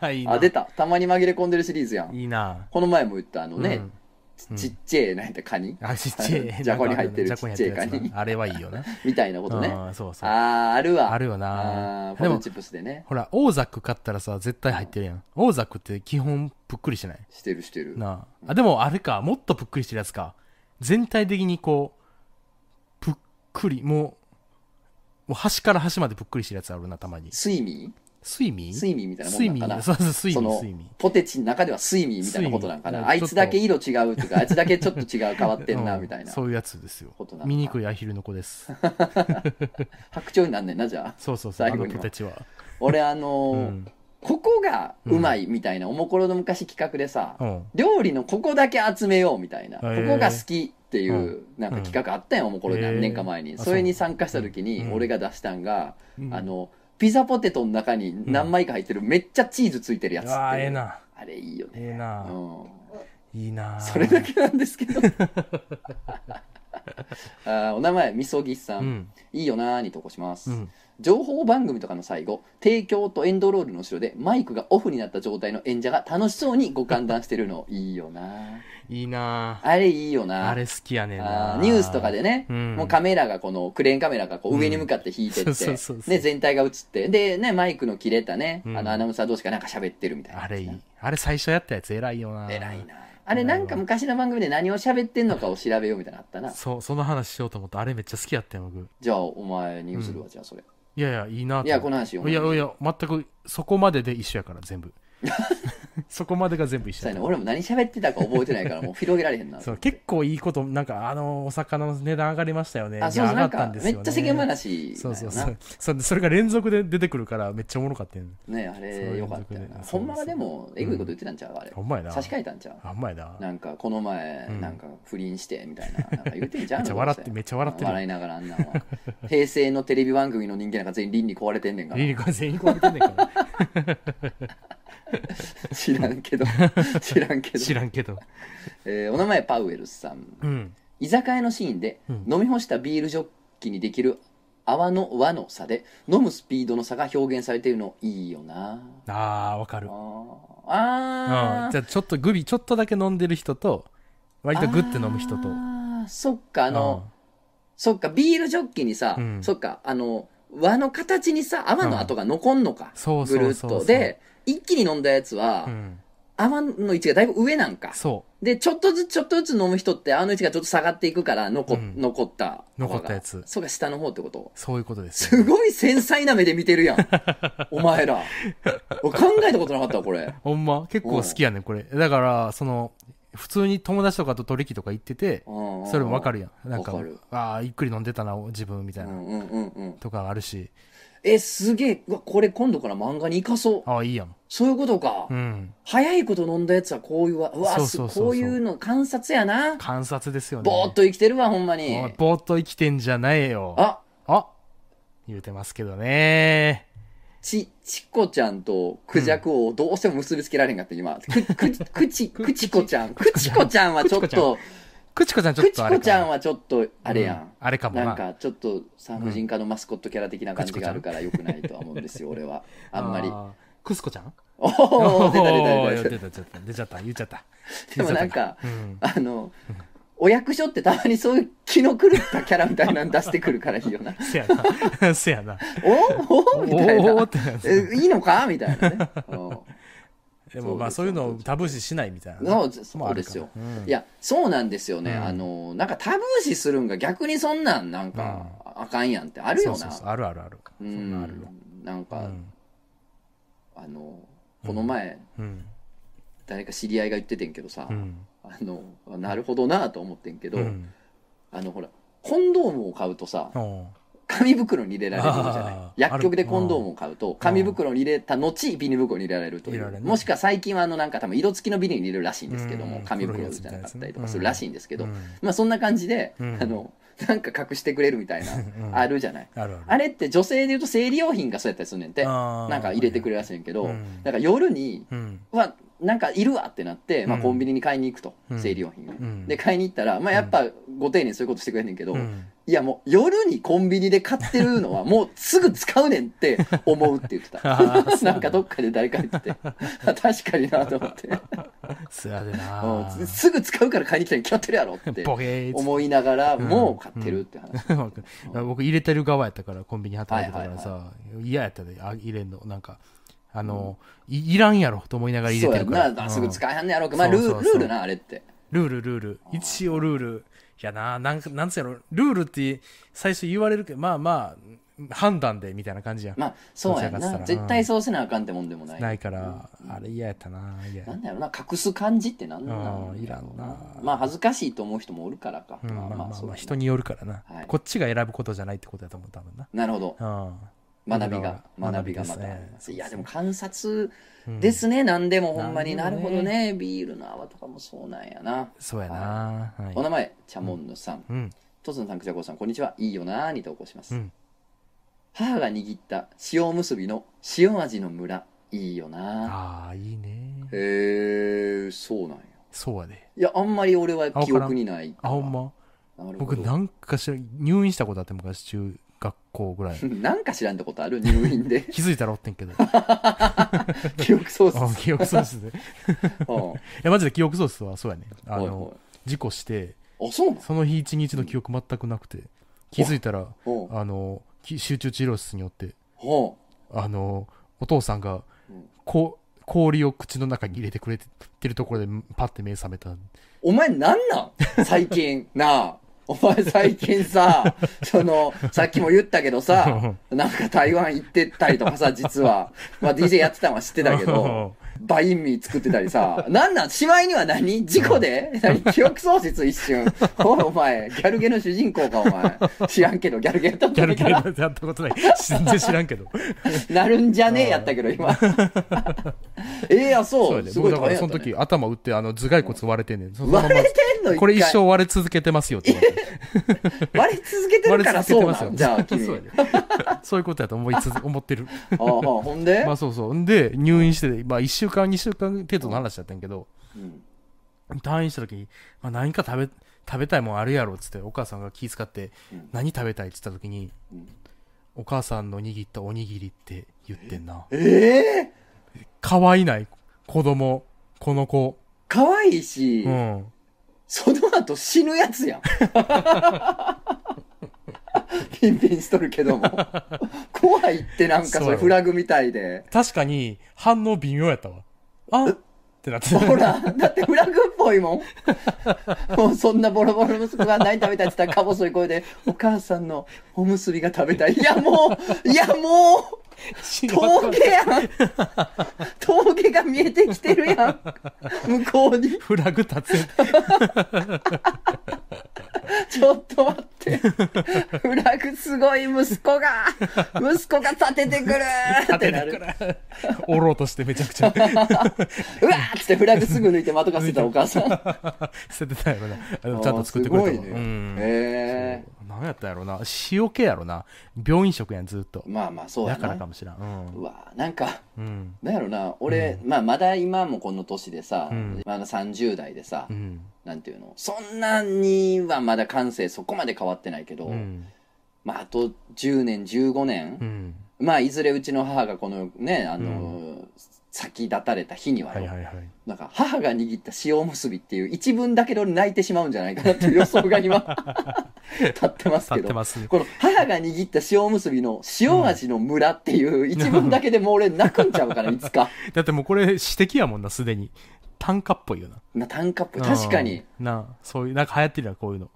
な
いいな
あ出たたまに紛れ込んでるシリーズやん
いいな
この前も言ったあのね、
うんうん
ちちっちゃいなんやったカニ
あ ちっちゃい
じゃこに入ってる
じゃこに入ってるや
ちっ
つ
ちゃいカ
なあれはいいよな
みたいな ことね
うんそうそう
あーあるわ
あるよ
あ
な
ー
で
ポ
も
テチチップスでね
ほらオーザック買ったらさ絶対入ってるやんオーザックって基本ぷっくりしてない
してるしてる
なああでもあれかもっとぷっくりしてるやつか全体的にこうぷっくりもうもう端から端までぷっくりしてるやつあるなたまに
睡眠
睡眠
睡眠みたいなもん
睡
なんか
眠
な
そうそう睡
そ
眠
の
睡眠
ポテチの中では睡眠みたいなことなんかなあ
睡眠
いつだけ色違うとかあいつだけちょっと違う変わってんな
うん
みたいな
そういうやつですよ
ことなのか
醜いアヒルの子です
白鳥になんねんなじゃあ
そうそ うそうあ
最後
の
には
子たちは
俺あの
う
ー
ん
ここがうまいみたいなおもころの昔企画でさ
うん
料理のここだけ集めようみたいなこ
へー
こが好きっていうなんか企画あったやんおもころ何年か前
へ
に
ーあ
それに参加した時
う
に
ん
俺が出したんが
うん
あのピザポテトの中に何枚か入ってるめっちゃチーズついてるやつっていう
ああええな
あれいいよね
ええな
うん
いいな
それだけなんですけどあーお名前みそぎさ、
うんん
いいよなーに投稿します、
うん
情報番組とかの最後提供とエンドロールの後ろでマイクがオフになった状態の演者が楽しそうにご歓談してる のいいよなー
いいなあ
あれいいよな
あれ好きやねん
あ
な
ーニュースとかでね、
うん
もうカメラがこのクレーンカメラがこう上に向かって引いてって、
うんそうそうそうそう
ね、全体が映ってで、ね、マイクの切れたね、
うん
あのアナウンサー同士がなんか喋ってるみたいな
あれいいあれ最初やったやつ偉いよな
偉いなあれなんか昔の番組で何を喋ってんのかを調べようみたいなのあった な
そうその話しようと思ったあれめっちゃ好きやったよ僕
じゃあお前に譲るわ、じゃあそれ
いやいやいいなと
いやこの話お
い
前に
やいや全くそこまでで一緒やから全 部そこまでが全部一
そ
緒
うや
やか
ね
ら
俺も何喋ってたか覚えてないからもう広げられへんな
そう結構いいことなんかあのお魚の値段上がりましたよね
あそう
いや
そう
上
なん
がった
か
んです
め
よね
っちゃ世間話
そうそう
なん
そ
や
うそうそれが連続で出てくるからめっちゃおもろかったよね
なねあ
そう
れよかったよ
連続
な
で
ほんまはでもえぐいこと言ってたんちゃうあれ
ほんまやな
差し替えたんちゃう
あんまやな
なんかこの前
うん
なんか不倫してみたいななんか言ってんじゃん
めっちゃ笑ってめっちゃ笑ってる
笑いながらあんなんは平成のテレビ番組の人間なんか全員倫理壊れてんねんから
リリコは全員壊れてんねん から
知らんけ ど知らんけど
知らんけど
えーお名前パウエルさん
うん
居酒屋のシーンで、
うん
飲み干したビールジョッキにできる泡の輪の差で飲むスピードの差が表現されているのいいよな
あーわか
あ
る
ー
うん
あ
じゃあちょっとグビちょっとだけ飲んでる人と割とグッて飲む人と
あーそっかあの、そっかビールジョッキにさ、
うん
そっかあの輪の形にさ泡の跡が残んのか、
そう
ぐ
そ
る
う
っ
そうそう
とで一気に飲んだやつは、
うんうん
泡の位置がだいぶ上なんか
そ
でちょっとずつちょっとずつ飲む人って泡の位置がちょっと下がっていくから残,、
うん
残った泡が
残ったやつ
そうか下の方ってこと
うそういうことです
す
よ
ごい繊細な目で見てる やん。お前ら。俺考えたことなかったわこれ。
ほんま結構好きやねんこれだからその普通に友達とかと取引とか行っててそ
そ
れもわかる
や
やんなんか
わかる
ああゆっくり飲んでたな自分みたい
ん。う
なん
うんうんうん。
とかあるし
え、すげえ。うわ、これ今度から漫画に生かそう。
ああいいやん
そういうことか。
うん
早いこと飲んだやつはこういうわ。うわ、
そうそうそう
す
そう
こういうの観察やな。
観察ですよね
ぼーっと生きてるわ、ほんまに。
おいぼーっと生きてんじゃないよ
あ、
あ言うてますけどね
ち、ちこちゃんとクジャクをどうしても結びつけられへんかった、今。く、く、 くち、くちこちゃん。くちこちゃんはちょっと、
くちこちゃんちょっ
くち
とあれ
こ
か
ちゃんはちょっと、あれや。
うんあれかも
なん
な
かちょっと産婦人科のマスコットキャラ的な感じがあるからよくないとは思うんですよ、俺は。あんまり。
ーくすこちゃん
お お出た出た
おー
出た出
出た出た出ちゃった言っちゃった
でもなんか
言っちゃったうん
た。あの、お役所ってたまにそういう気の狂ったキャラみたいなの出してくるからいいよ な。
せやな せやな
おおみたい
おー
な
っ。てなる
えいいのかみたいなね。 うん
でもまあそういうのをタブー視しないみたいな
そ
ね
うそうですよ、
まああるかうん
いやそうなんですよね、
うん
あのなんかタブー視するんが逆にそんなんなんか、あかんやんってあ
あ
るよな
そうそうそうあるあるあるそ
うん
なんあるよ
んなん
う
か、
ん
あのこの前、
うん
誰か知り合いが言っててんけどさ、
うん
あのなるほどなと思ってんけど、
うん
あのほらコンドームを買うとさ
おう
紙袋に入れられるじゃない
あー
薬局でコンドームを買うと紙袋に入れた後ビニ袋に入れられるとい
入れら
う
れるね
もしくは最近はあのなんか多分色付きのビニに入れるらしいんですけども
うん
紙袋じゃなかったりとかするらしいんですけど、
うん
まあそんな感じで、
うん
あのなんか隠してくれるみたいな、
ん
あるじゃない
あるあ
あ
る
れって女性で言うと生理用品がそうやったりすんねんて
あー
なんか入れてくれるらしいんやけど、
うん
なんか夜に
うん
うわなんかいるわってなって、まあ、
うん
コンビニに買いに行くと、
うん
生理用品を、
うん
で買いに行ったら、まあ、やっぱご丁寧にそういうことしてくれんねんけど、
うん
いやもう夜にコンビニで買ってる のはもうすぐ使うねんって思うって言って
あ
たなんかどっかで誰か言ってて確かになと思って
そやで
うん
な
すすぐ使うから買いに来たに決まってるやろって
ボケーっつって
思いながら
うん
もう買ってるって話、
わかる 僕入れてる側やったからコンビニ働いてたからさ嫌やったであ入れんのなんかあのいいらんやろと思いながら入
そ
れ
う
て
や
る
ん
か
な、
ら
あすぐ
うん
使えはんねやろうけどまあル
そうそ
ー
うそう
ルールなあれって
ルールルール一応ルールやななんかなんつうやろルールって最初言われるけどまあまあ判断でみたいな感じやん
まあそうやん
どちら
な
かっつったら
絶対そうせなあかんってもんでもない
ないからあれ嫌やったな嫌
なんだろうな隠す感じってなんなん
うんいらんな
まあ恥ずかしいと思う人もおるからか、
うんまあまあ
そう
ま
だね
あ人によるからな
はい
こっちが選ぶことじゃないってことやと思う多分な
なるほど
うん
学びが学
学
び
び
が
が
ま
ま
た
た
あり
あり
ま
ますす
い
ね
やでも観察
うん
ですね、何でもほんまにな
な
る
る
ほ
ほ
ど
ど
ね
ね
ビールの泡とかもそうなんやな
そうやなはい
お名前チャモンヌさん
うん
とつのさんくじゃこさんこんにちはいいよなーに投稿します、
うん
母が握った塩結びの塩味の村いいよな
ああいいね
へえそうなんや
そうやで
いやあんまり俺は
あわ
記
からん
憶にない
あほんま
なるほ
僕
ど
なんかしら入院したことあって昔中学校ぐらい
なんか知らんってことある入院 で
気づいたらおってん けど
記憶 喪失
あ記憶喪失でい
うん
やマジで記憶喪失はそうやねあ
はい
の事故して
はいあそうなの
その日一日の記憶全くなくて気づいたら
うん
あのき集中治療室によって
は
あのお父さんが
うん
こ氷を口の中に入れてくれててるところでパッて目覚めた
あお前なんなん最近 なあお前最近 さそのさっきも言ったけどさなんか台湾行ってたりとかさ実は、まあ、DJ やってたのは知ってたけ どバインミー作ってたりさなんなんしまいには何事故 で何記憶喪失一瞬おいお前ギャルゲの主人公かお前知らんけどギャルゲやったこ
ギャ
とな
ル
い
ゲ
か
ー
ら
なんてやったことない全然知らんけど
なるんじゃねえやったけど 今ええや
そ
そう
や
う
です
ご
僕
い
だ
大
から
変
そ
やっ
の
たね
時頭打ってあの頭蓋骨割れてんねんそのまま
割れてんの
これ一
回
生割れ続けてますよって言われ て
割れ続けてるからそうな
割
ん
れ
じゃあ
続けて
君
ますよ そうやでそういうことやと思いつづ 思ってる
ああほんで、
まあそうそうんで入院して、まあ、1週間2週間程度の話だったんやけど
うん
退院した時に、まあ、何か食べ食べたいもんあるやろっつってお母さんが気遣って
うん
何食べたいっつった時に
うん
お母さんの握ったおにぎりって言ってんな
ええ
可愛いない子供この子
可愛いし、
うん
その後死ぬやつやんピンピンしとるけども怖いってなんか
そう
それフラグみたいで
確かに反応微妙やったわあってなっ て た
ほらだってフラグっぽいもんもうそんなボロボロの息子が何食べたいって言ったらか細い声で「お母さんのおむすびが食べたい」いやもういやもう 峠やん峠が見えてきてるやん向こうに
フラグ立つやん
ちょっと待ってフラグすごい息子が息子が立ててくるっ
立
て
て
な
て
る
くる 折ろうとしてめちゃく ちゃ
うわーっつってフラグすぐ抜いて的かしてたお母 さん
捨ててたやろなあでもちゃんと作ってくれたわ
あーすごいね
うん
へえ
何やったんやろな塩気やろな病院食やんずっと
まあまあそうや
だか
な
らかもしらんうん
うわーなんか
うん
なんやろな俺、まあ、まだ今もこの年でさ、
うん
まだ30代でさ、
うん
なんていうのそんなにはまだ感性そこまで変わってないけど、
うん
まああと10年15年、
うん
まあいずれうちの母がこのねあの、先立たれた日には
は
よ、
いはいはい
なんか母が握った塩おむすびっていう一文だけど泣いてしまうんじゃないかなっていう予想が 今立ってます
立
け
って
ど。
ます
この母が握った塩おむすびの塩味の村っていう一文だけでもう俺泣くんちゃうからいつ か。
だってもうこれ指摘やもんなすでに単価っぽいよな
な単価っぽい。確かに。
うんなそういうなんか流行ってるやんこういうの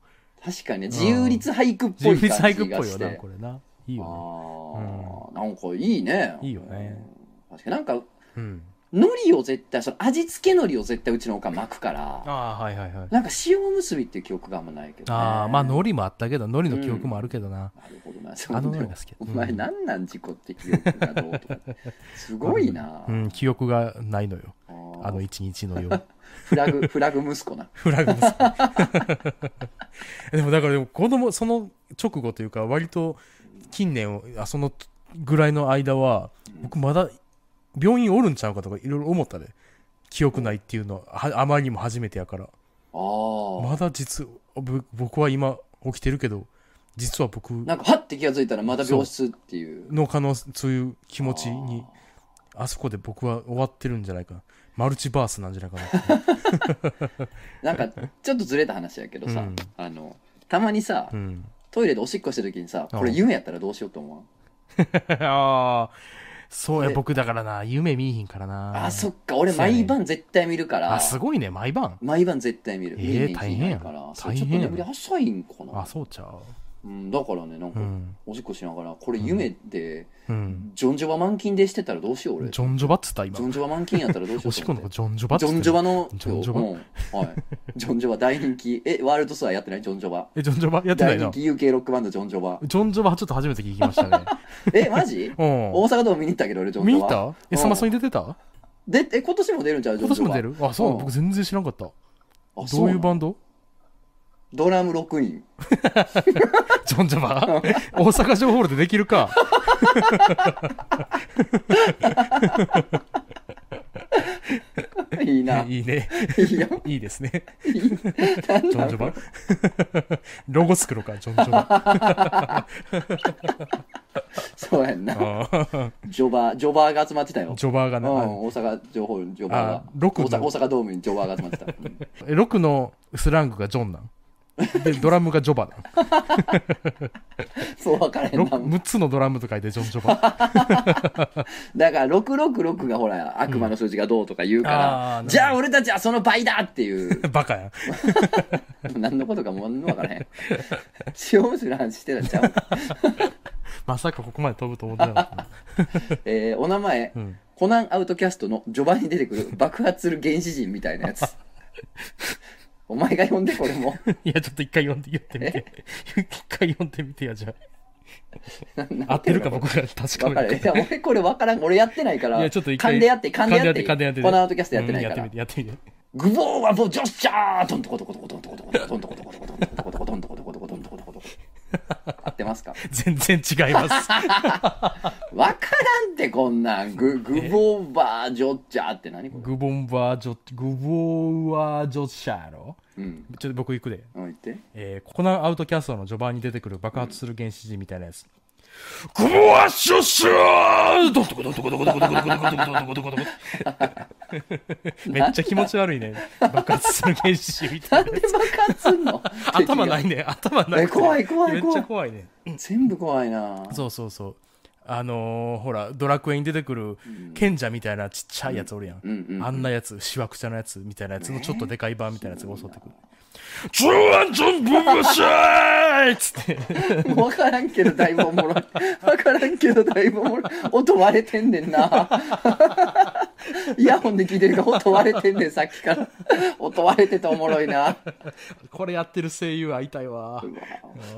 確かに。自由律俳句っぽ
自
い
由サ
感
イクっ
じが
ぽいよ
し
な
て
こ。れないい
あ
よ
ーなんかいいね。
いいよね
うん。確かになんか
ねうん
海苔を絶対その味付け海苔を絶対うちのおかん巻くから
ああはいはいはい
なんか塩おむすびっていう記憶があんまないけど、ね、
ああまあ海苔もあったけど海苔の記憶もあるけどな
なるほどな
あの海苔が好き
お前
うん
なんなん自己って記憶がどうとかすごいな、
うん記憶がないのよ
あー
あの一日のよう
フラグフラグ息子な
フラグです でもだからでも子供その直後というか割と近年あそのぐらいの間は僕まだ病院おるんちゃうかとかいろいろ思ったで記憶ないっていうのははあまりにも初めてやから
あー、
まだ実ぶ僕は今起きてるけど実は僕
なんかはって気が付いたらまた病室っていう
の可能そういう気持ちにあそこで僕は終わってるんじゃないかなマルチバースなんじゃないかな
なんかちょっとずれた話やけどさ、
うん
あのたまにさ
うん
トイレでおしっこした時にさ
うん
これ夢やったらどうしようと思う
ああ、そうや、
で
僕だからな、夢見いひんからな。
あそっか俺
そうやね
毎晩絶対見るから
あ、すごいね、毎晩。
毎晩絶対見る。
え
見
ー
に行けないから。そう
大
ちょっ
変
と
やん
眠り浅いんかな。
あ、そうちゃう。
うん、だからね、なんか
う、ん。
おしっこしながら、これ夢で、
うん。
ジョンジョバ満勤でしてたらどうしよう俺。
ジ
ジ
ョンジョバっつった、今
ョ。ンジョバ満勤やったらどうしよ
お
う
しっ
と
この
思
子、
って。
ジョンジョバっつ
ジ
った。
ョンジョバの、
ジョンジョバ
うんはい。ジョンジョバ大人気。え、ワールドツアーやってないジョンジョバ。
え、ジョンジョバやってな
大
い
人
な。
気
ジ
UK ロックバンドジョンジョバ。
ョンジョバちょっと初めて聞き ましたね。
え、マジ
う
大阪ドーム見に行ったけど俺ジョ
ん。
ンジ
見
ョ
に
バ。
行ったえ、
うん
サマソニ出てた
で、え、今年も出るんちゃうジョ
今
ンジョ
年も
バ。
出るあ、そううん僕全然知らんかった。
あ、そ
ど
う
う
ないの
うバ ンド
ドラム6人。
ジョンジ ョバ大阪城ホールでできるか。
いいな。い
いいね。
いよ。
いいですね。
いい なん
ジョ
だ
ンジョ
ろ
バ
う。
ロゴ作ろうか、ジョン ジョバ。
そうやんな。
あー
ジョバー、ジョバーが集まってたよ。
ジョバーが
うん、
な。あの
大阪情報、ジョバーが
あ。ロクの
大阪大阪ドームにジョバーが集ま ってた。うん
え、ロクのスラングがジョンなん。で、ドラムがジョバ なん。
そう分からへ
ロ
ん
ク
な。
6つのドラムと書いてジョンジョバ。
だから、666がほら、悪魔の数字がどうとか言うから、
あー
じゃあ俺たちはその倍だっていう、
バカやん。
何のことかもう分からへん。塩虫の話してたん ちゃう
まさかここまで飛ぶと思ってなかった な。
えーお名前、
うん
コナンアウトキャストの序盤に出てくる爆発する原始人みたい なやつ。お前が読んで、これも。
いや、ちょっと一回読んで、言ってみて。一回読んでみてや、じゃあ。合ってるか僕が確か
分かる。
め
いや、俺これ分からん。俺やってないから。
いや、ちょっと一回。
勘でやって、勘でやって。
勘でやって。
コナンアウトキャストやってないか
うん
ら
やってみ。て、やってみて。
グボーはもうジョッシャードンとコトコトコトンとコトコトンとコトコトンとコトコトンとコトコトンとコトコトンとコトコトンとコトコトンとコトコトン合ってますか
全然違 います。
わからんってこんなんググボーバージョッチャーって何これ
グボンバージョグボーワージョッシャーロ
うん
ちょっと僕行くで。
うん言って
えーコナンアウトキャストの序盤に出てくる爆発する原始人みたいなやつ。グボワッショッシャードントコドントコドントコドントコドントコドントコドントコドントめっちゃ気持ち悪いね。爆発する原始人みた
ないんで
な。
爆発すんの
頭ない
敵
ね。頭ない。
え怖い怖い怖い
めっちゃ怖いね。
が全部怖いな
そうそうそう。あのーほら、ドラクエに出てくる賢者みたいなちっちゃいやつおるやん。
うんうんうん
あんなやつ、しわくちゃのやつみたいなやつのちょっとでかい版みたいなやつが襲ってくる。ジョアンジョンブンブシャーイっつって。
わからんけどだいぶおもろいわからんけどだいぶおもろい音割れてんねんなイヤホンで聞いてるから音割れてんねんさっきから音割れてておもろいな
これやってる声優会いたいわ。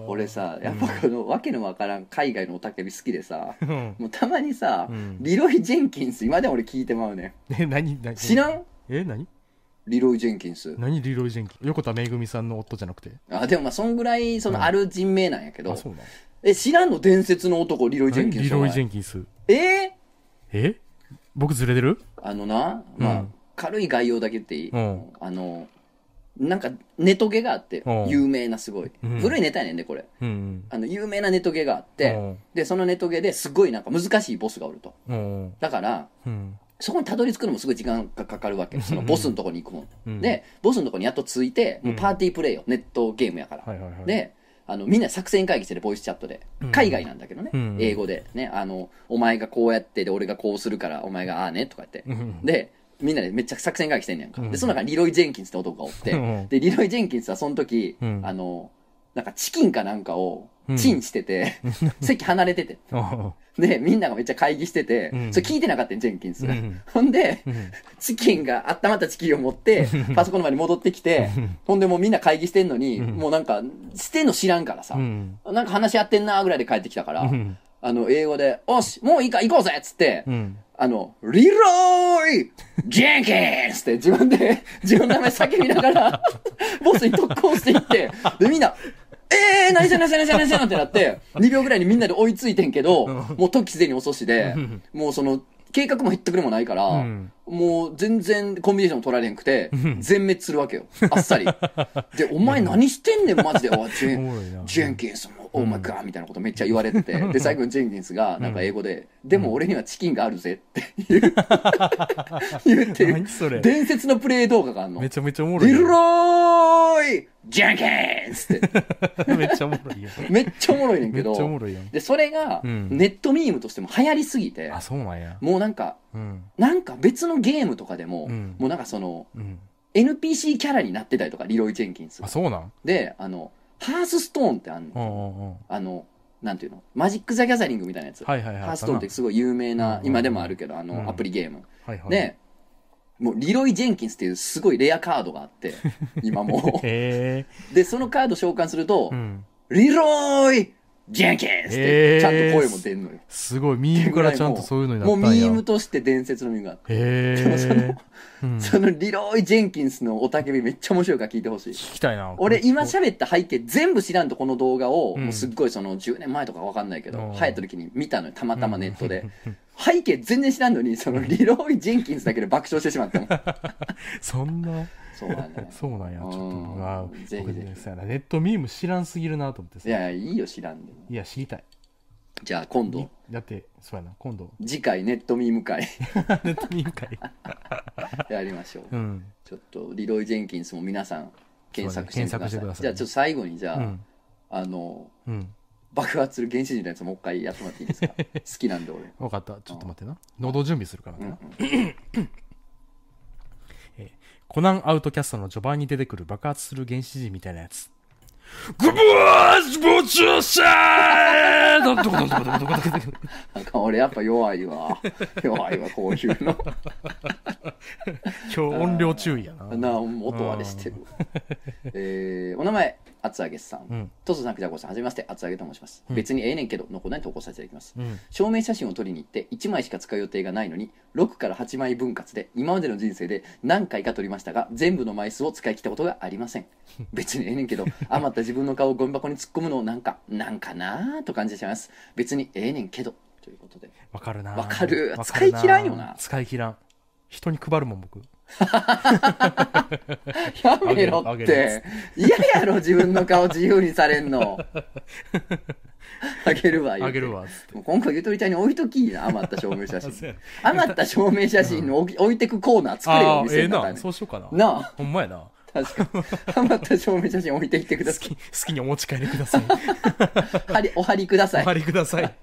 俺さやっぱこのわけのわからん海外のおたけび好きでさ
ん
もうたまにさ、
ん
リロイ・ジェンキンス今でも俺聞いてまうねん
え、何何
知らん
え、何
リロイ・ジェンキンス
何リロイジェンキン横田めぐみさんの夫じゃなくて。
あでもまあそんぐらいそのある人名なんやけど、
あ、そうなの
え知らんの伝説の男リロイ・ジェンキンス
リロイ・ジェ
ン
ンキンス。
え
え僕ずれてる
ーあのなまあ、
うん
軽い概要だけ言っていい、
うん
あのなんかネトゲがあって
うん
有名なすごい、
うん
古いネタやねんでこれ
うん
あの有名なネトゲがあって、
うん
でそのネトゲですごいなんか難しいボスがおると
うん。うん。
だから
うん。
そこにたどり着くのもすごい時間がかかるわけ。そのボスのとこに行くもん。
うん
で、ボスのとこにやっと着いて、もうパーティープレイよ。ネットゲームやから。
はいはいはい。、
で、あの、みんな作戦会議してるボイスチャットで
うん。
海外なんだけどね。
うん
英語で。ね、あの、お前がこうやってで、俺がこうするから、お前がああね、とか言って。
うん。
で、みんなでめっちゃ作戦会議してんねやんか。
うん
で、その中にリロイ・ジェンキンスって男がおって
うん。
で、リロイ・ジェンキンスはその時、
うん
あの、なんかチキンかなんかを
うん
チンして て、席離れてて。
あ
で、みんながめっちゃ会議してて、
うん
それ聞いてなかったよ、ジェンキンス。
うん
ほんで、
あ。うん。
チキンが温まったチキンを持って、 パソコンの前に戻ってきて、ほんでもうみんな会議してんのに、
うん
もうなんか、してんの知らんからさ、
うん。
なんか話し合ってんなぐらいで帰ってきたから、
うん
あの、英語で、おし、もういいか、行こうぜっつって、
うん。
あの、リロイ・ジェンキンスって自分で、 自分の名前叫びながら、 ボスに特攻していって、で、みんな、えー、何じゃ何じゃ何じゃ何じゃってなって、2秒ぐらいにみんなで追いついてんけど、もう時すでに遅しで
うん、
もうその、計画もひったくれもないから、
うん
もう全然コンビネーションも取られへんくて、全滅するわけよ。あっさり。で、お前何してんねん、マジで。おいジェ
おもろいな
ンジェンキンスも、オーマイガーみたいなことめっちゃ言われてて、で、最後にジェンキンスが、なんか英語で、でも俺にはチキンがあるぜって言う言ってる
何。それ
伝説のプレイ動画があんの。
め
リ
ちゃめちゃおもろいやん。
ルローイジェンキンスって、
めっちゃおもろいよ。
めっちゃおもろいねん
め
け
っちゃおも
ど、
ろいやん。
で、それが、
うん
ネットミームとしても流行りすぎて
あ、、そうなんや。
もうなんか、
うん。
なんか別のゲームとかでも、
うん
もうなんかその、
うん。
NPC キャラになってたりとか、リロイ・ジェンキンス
あ、。そうなん
で、あの、ハースストーンってあん
う
の。
んうんうん。
あの、なんていうのマジック・ザ・ギャザリングみたいなやつ。
はいはいはい。
ハースストーンってすごい有名
うんうん
な
う、ん
今でもあるけど、あ
うん
の、アプリゲーム。
はいはい。
で、もうリロイ・ジェンキンスっていうすごいレアカードがあ って、今も
へ
う。で、そのカード召喚すると
え。う、ん。
リロイ・ジェンキンスって、ちゃんと声も出んのよ。
すごい、ミームからちゃんとそういうのにな
もう
っ
ミ
たんや。
ームとして伝説のミームがあって。
へえ。うん
そのリロイ・ジェンキンスのおたけびめっちゃ面白いから聞いてほしい。
聞きたいな。
俺今喋った背景全部知らんとこの動画を、
うん
もうすっごいその10年前とかわかんないけど、
うん
流行った時に見たのよたまたまネットで、背景全然知らんのに、 そのリロイ・ジェンキンスだけで爆笑してしまったもん。
そんな、
そうなんだね。
そうなんや、ちょっと
うん
僕は、
ぜ
僕
ひぜ
ねそうやなネットミーム知らんすぎるなと思ってさ。
ひ。い
いや、
や、いいよ、知らんでも。
知りたい。
じゃあ、今度、
だって、そうやな、今度、
次回ネットミーム会
ネットミーム会。
やりましょう。
うん。
ちょっと、リロイ・ジェンキンスも皆さん、検索してみてください。
そうね検索してください
じゃあ、ちょっと最後に、じゃあ、
うん。
あの、
うん。
爆発する原始人のやつもう一回やってもらっていいです か好きなんで俺。
分かった。ちょっと待ってな。喉準備するから
うんう
な。
ん
コナンアウトキャストの序盤に出てくる爆発する原始人みたいなやつ。グボーズボチューシャーどこどこどこどこどこどこどこ
なんか俺やっぱ弱いわ。 弱いわ、こういうの。
今日音量注意やな。
なあ、音割れしてる。えー、お名前、厚揚げさ
うんん。
トソさん、くじゃこさん、はじめまして、厚揚げと申します。別にええねんけど、のコーナーに投稿させていただきます。
うん。
証明写真を撮りに行って1枚しか使う予定がないのに6から8枚分割で今までの人生で何回か撮りましたが全部の枚数を使い切ったことがあり ません別にええねんけど余った自分の顔をゴミ箱に突っ込むのをなんかなんかなぁと感じてしまいます別にええねんけどということで
わかるな。
わかる
わ
使い切らんよな
使い切らん。人に配るもん、僕。
やめろ
あ
っ
げるあげ
て嫌やろ自分の顔自由にされん のあげるわ言うて
あげるわ、つって。
もう今回ゆとりたいに置いときいな余った証明 写
そう
真
や
余った証明写真を置き置いてくコーナー作れ
あ
よ
あ、え
店
え
の中
な。
に
そうしようかな。
なあ
ほんまやな。
確かに。余った照明写真置いていってく
好
ださい。
き、好きにお持ち帰りく ださい。
はりお貼りくだ
お
さい
張。りください。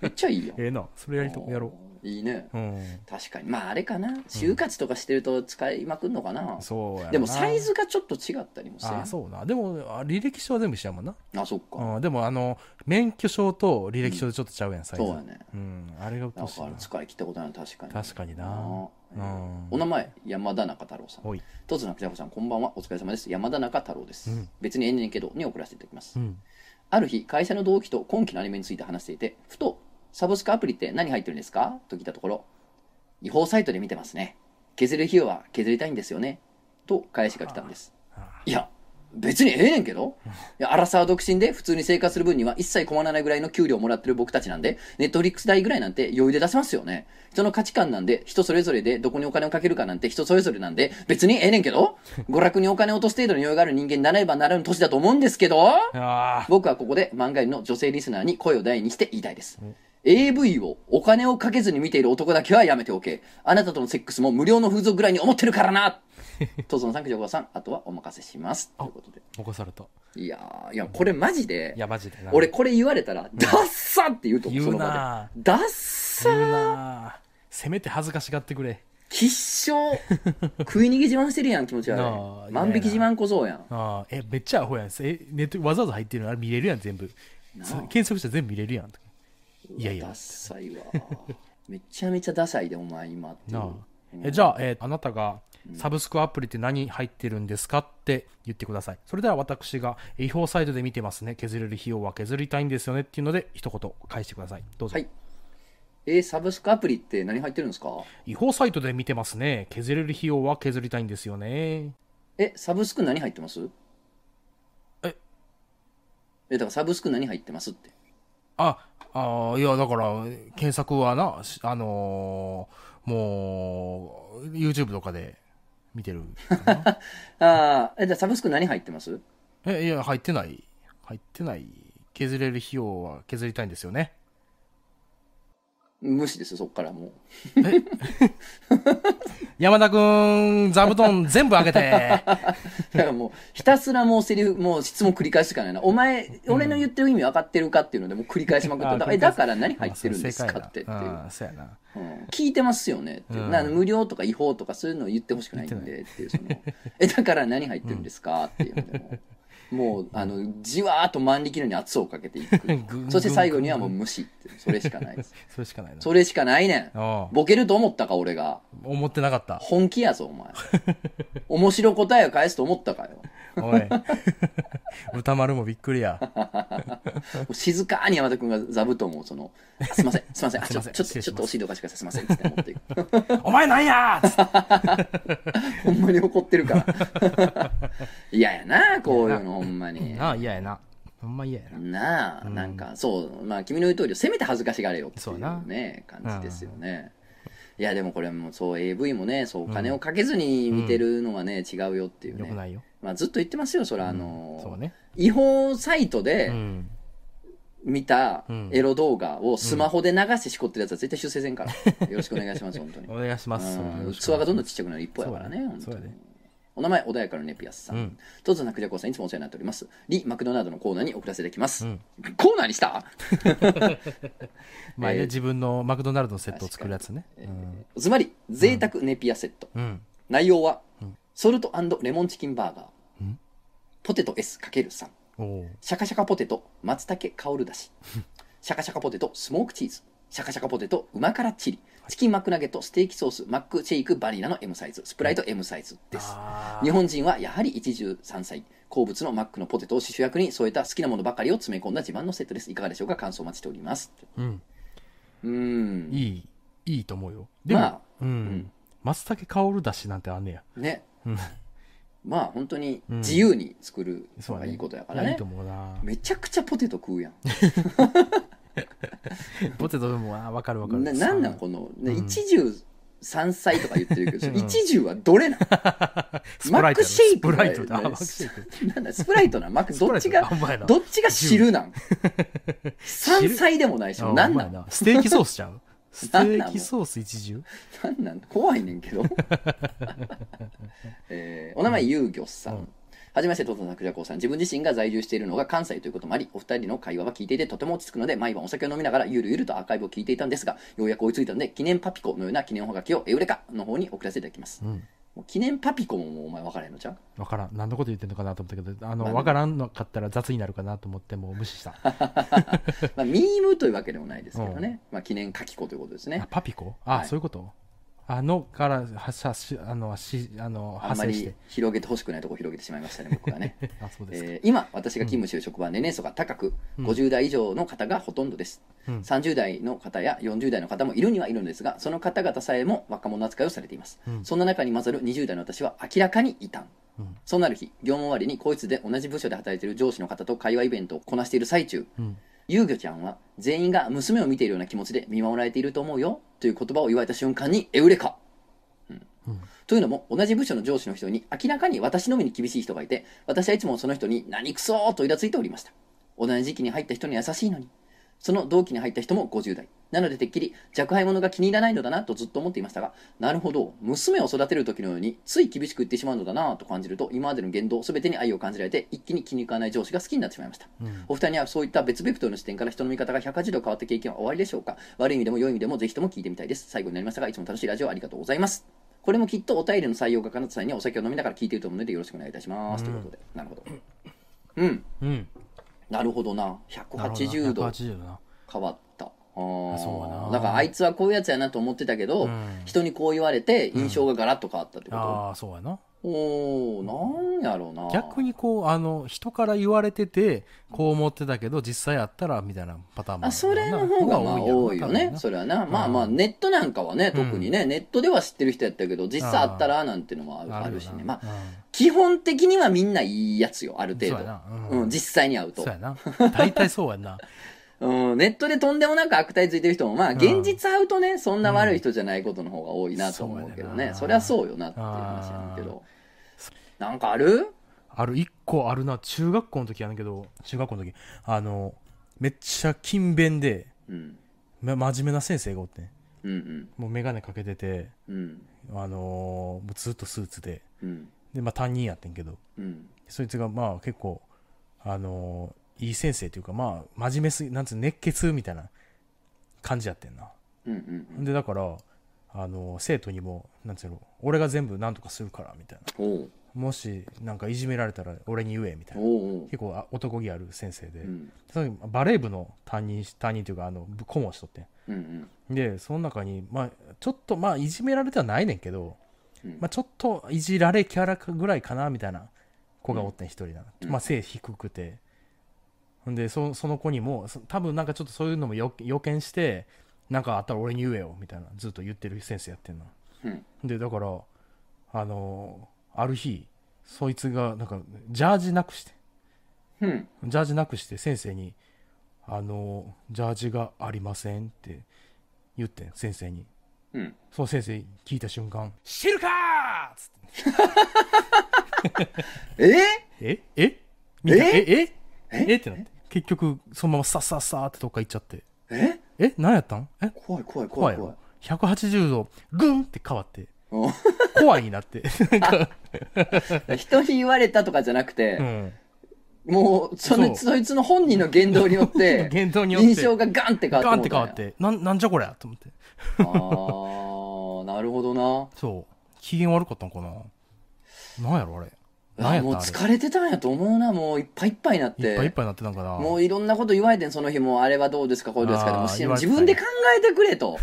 めっちゃいいよ。
ええな。それやりと、やろ
いいね。
う。うん。
確かに。まああれかな。就活とかしてると使いまくんのかな。
そうやな。
でもサイズがちょっと違ったりもして
ああ、そうな。でも、あ履歴書は全部一緒やもんな。
あ、そっか。
うん。でも、あの、免許証と履歴書でちょっとちゃうやん、サイズ。
そうやね。
うん。あれがうっ
だ
とうしい
か
な
ら使い切ったことない確かに。
確かにな
ああ
うん
お名前、山田中太郎さん。
おい。
とつなくじゃこさん、こんばんは。お疲れ様です。山田中太郎です。
うん
別にええねんけど、に送らせていただきます
う。ん。
ある日、会社の同期と今期のアニメについて話していて、ふと、サブスクアプリって何入ってるんですかと聞いたところ、違法サイトで見てますね。削る費用は削りたいんですよね。と返しが来たんです。
あ
いや、別にええねんけど。いや、アラサー独身で普通に生活する分には一切困らないぐらいの給料をもらってる僕たちなんで、ネットフリックス代ぐらいなんて余裕で出せますよね。人の価値観なんで、人それぞれでどこにお金をかけるかなんて人それぞれなんで、別にええねんけど。娯楽にお金を落とす程度に余裕がある人間になればなる年だと思うんですけど。
あ。
僕はここで漫画よりの女性リスナーに声を大にして言いたいです。AV をお金をかけずに見ている男だけはやめておけ。あなたとのセックスも無料の風俗ぐらいに思ってるから なとぞのさん、くじょこさん、あとはお任せします。ということで。
残された。
いやー、いや、これマジで
い、や、マジでな。
俺これ言われたら、ダッサって言うと思う、
言う
その場
な
で。ダッサ
言うなせめて恥ずかしがってくれ。
吉祥食い逃げ自慢してるやん、気持ち悪。
ないあ
万引き自慢小僧やん。
ああ、え、めっちゃアホやん。え、ネットわざわざ入ってるのあれ見れるやん、全部。そう検索したら全部見れるやん。いやい
ダ
や
ッ。サいわ。めちゃめちゃダサいで、お前今っていう
なあ。えじゃあ、えーあなたがサブスクアプリって何入ってるんですかって言ってください。それでは私がえ違法サイトで見てますね。削れる費用は削りたいんですよねっていうので、一言返してください。どうぞ。
はいえーサブスクアプリって何入ってるんですか
違法サイトで見てますね。削れる費用は削りたいんですよね。
え、サブスク何入ってます
え
え、だからサブスク何入ってますって。
あ、あーいや、だから、検索はな、しあのーもう、YouTube とかで見 てるかな。
ああ、え、じゃあサブスク何入ってます
え、いや、入ってない。入ってない。削れる費用は削りたいんですよね。
無視ですよ、そっからもう。
山田くん、座布団全部あ げて。
だからもう、ひたすらもうセリフ、もう質問繰り返すしかないな。お前、俺の言ってる意味分かってるかっていうので、もう繰り返しまくってた。え、だから何入ってるんですかってっていう。
ああ、そうやな。
うん聞いてますよねっていう、
うん
な無料とか違法とかそういうのを言ってほしくないん
言って
でっていうその えだから何入ってるんですかっていうのでももうあのじわーっと万力のように圧をかけていく
ぐん
そして最後にはもう無視っていうそれしか ないです
それしかないな。
それしかないねん
ああ
ボケると思ったか俺が
思ってなかった。
本気やぞお 前面白答えを返すと思ったかよ
おい。 歌丸もびっくりや。
もう静かに山田君が座布団をそのあすいませんすいませんあちょ
すいません
ちょっと
失
ち
礼し
ょっ
ます
とお尻おかしくださいすいませんっつって持っていく
お前なんやーっつって
ほんま に怒ってるから。嫌やな、こういうのほんまに。
なあ、嫌やな。ほんま嫌やな。
なあ、
うん
なんかそうまあ君の言う通りせめて恥ずかしがれよってい
そう
う
やな
ね感じですよね、いやでもこれもそう AV もねそうお金をかけずに見てるのはね、違うよっていう
よ
ね
くないよ。
まあ、ずっと言ってますよそれはあのー
そうね。
違法サイト
う
で
ん。
見た
うん
エロ動画をスマホで流してしこってるやつは絶対修正せんから、 よろしくお願いします本当に
お願いします。
うん器がどんどん
ち
ちっちゃくなる一方やからね
そうや
本当に
ねそうやね
お名前穏やかなネピアスさ
うんん
とぞなくじゃこさんいつもお世話になっておりますリ・マクドナルドのコーナーに送らせていきます、
うん
コーナーにした
まあ
えー
ね、自分のマクドナルドのセットを作るやつね。うん
つまり贅沢ネピアセット、
うん。
内容は、
うん
ソルトレモンチキンバーガー、
うん
ポテト S×3
おお。
シャカシャカポテト松茸香るだしシャカシャカポテトスモークチーズシャカシャカポテト旨辛チリチキンマックナゲットステーキソースマックシェイクバニラの M サイズスプライト M サイズです
あ
日本人はやはり一汁三菜好物のマックのポテトを主役に添えた好きなものばかりを詰め込んだ自慢のセットですいかがでしょうか感想お待ちしております
ーうん。
うーん
いい、いいと思うよ。で
まあ
も、うん。松茸香るだしなんてあんねや。
ね
うん
まあ本当に
うん
自由に作る
そ
の
う
が
だ
い
ね
いことやか
い
ら
やいい
ね
と思うな。
めちゃくちゃポテト食うやん
ポテトでも、あーわかるわかる。
ななんなんこの、ね
うん
一汁三菜とか言ってるけど、
うん
一汁はどれなん
スプ
マ
ラ
ック
イトやろ
シェイク
スプライトだ。あマ
な
ックシェイク
なんだスプライトなマックどっち
ス
が
プライトだあほんまやな
どっちが汁 なん三菜でもないし
あ
なん
ほん
な
まや
ん
なステーキソースちゃうス テ
なんな
ー
の
キソース一重
なんなん怖いねん けど、えーお名前遊魚さん、
うん
はじめまして、トトナクジャコウさん。自分自身が在留しているのが関西ということもあり、お二人の会話は聞いていてとても落ち着くので、毎晩お酒を飲みながらゆるゆるとアーカイブを聞いていたんですが、ようやく追いついたので、記念パピコのような記念おはがきをエウレカの方に送らせていただきます。
うん。
もう記念パピコももうお前分からへんのじゃん
わからん。何のこと言ってんのかなと思ったけど、あ
まあ
の、
ね
わからんのかったら雑になるかなと思って、もう無視した。
まあ、ミームというわけでもないですけどね。まあ、記念書き子ということです
あ
ね。
パピコあ、
はい
そういうことあのからはしゃしあのしあの
あんま
派生し
り
て
広げてほしくないとこ広げてしまいましたね、僕はね。
あそうですか、
えー今私が勤務している職場は年齢層が高く、
うん
50代以上の方がほとんどです、
うん
30代の方や40代の方もいるにはいるのですがその方々さえも若者扱いをされています、
うん
そんな中に混ざる20代の私は明らかに異端
うん
そうなる日業務終わりにこいつで同じ部署で働いている上司の方と会話イベントをこなしている最中
うん、
遊魚ちゃんは全員が娘を見ているような気持ちで見守られていると思うよという言葉を言われた瞬間にエウレカ、うん
うん
というのも同じ部署の上司の人に明らかに私のみに厳しい人がいて私はいつもその人に何クソーとイラついておりました同じ時期に入った人には優しいのにその同期に入った人も50代なのでてっきり若輩者が気に入らないのだなとずっと思っていましたがなるほど娘を育てる時のようについ厳しく言ってしまうのだなと感じると今までの言動全てに愛を感じられて一気に気に入らない上司が好きになってしまいました
うん
お二人にはそういった別ベクトルの視点から人の見方が180度変わった経験はおありでしょうか悪い意味でも良い意味でもぜひとも聞いてみたいです最後になりましたがいつも楽しいラジオありがとうございますこれもきっとお便りの採用がかなった際にはお酒を飲みながら聞いていると思うのでよろしくお願いいたします、
うん
ということでなるほどうん
うん、
なるほどな
なるほどな
180度
180度な
変わったあ
あそうや
ー
な
だからあいつはこういうやつやなと思ってたけど、
うん
人にこう言われて印象がガラッと変わったってこ
ああそうやな
と、おおなんやろうな
逆にこうあの人から言われててこう思ってたけど実際あったらみたいなパターンも
あ
る
それ
な
の方がまあ
やろ
多いよね
な
それはなまあ
うん
まあネットなんかはね
うん
特にね、ネットでは知ってる人やったけど実際あったらなんてのもある
あ
あ
る
る
よ
し
な
ねまあ
うん
基本的にはみんないいやつよある程
そうや
度
なうん
うん、実際に会うと
そうやな大体そうやんな
うん、ネットでとんでもなく悪態ついてる人もまあ
うん
現実会うとねそんな悪い人じゃないことの方が多いなと思うけど
そうや
ね
な
そりゃそうよなっていう話やねんけどなんかある
ある一個あるな中学校の時やねんけど中学校の時あのめっちゃ勤勉で
うん
ま真面目な先生がおってん
うん
もう眼鏡かけてて、
うんうん
あのーもうずっとスーツで
うん
で、まあ、担任やってんけど
うん
そいつがまあ結構、あのーいい先生というかまあ真面目すぎなんつう熱血みたいな感じやってんな
うんうん
でだから、あのー生徒にもなんつうの俺が全部なんとかするからみたいな
おう
もしなんかいじめられたら俺に言えみたい
お
な
うおう
結構あ男気ある先生で、
うん
その時バレー部の担任担任というかあの部顧問しとってん
うんうん
でその中に、まあ、ちょっとまあいじめられてはないねんけど、
うん
まあ、ちょっといじられキャラぐらいかなみたいな子がおってん一人な、
うん
まあ背低くてんでそその子にもそ多分なんかちょっとそういうのもよ予見してなんかあったら俺に言えよみたいなずっと言ってる先生やってんの
うん
でだからあのーある日そいつがなんかジャージなくして
うん。
ジャージなくして先生に「あのジャージがありません」って言ってん先生に
うん。
その先生聞いた瞬間「知るか!」っつって
えー
「ええみんな
え
ええええってなって結局そのままさっさっさーってどっか行っちゃって
え
「え何やったんえ
怖い怖い怖
怖
い
い
怖い
よ。180度グンって変わって
うん
怖いに なってなんか、
人に言われたとかじゃなく
う
て、
ん、
もう、その、
そ
そいつの本人の言動によ って、
言動によって
印象がガンって変わって
ガンっ
も
て
う
変
たん
わ
や
ってなんなんじゃこりゃと思って
あー、なるほどな。
そう機嫌悪かったのかななんやろあれなん
あ
や
もう
ったあ
疲れてたんやと思うな、もういっぱいいっぱいになっ
れい
て。
っぱいいっぱいになってたんかな
もういろんなこと言われてん、その日も、あれはどうですか、これですか、
あー
でもし
言われて
自
た
分
ね
で考えてくれと。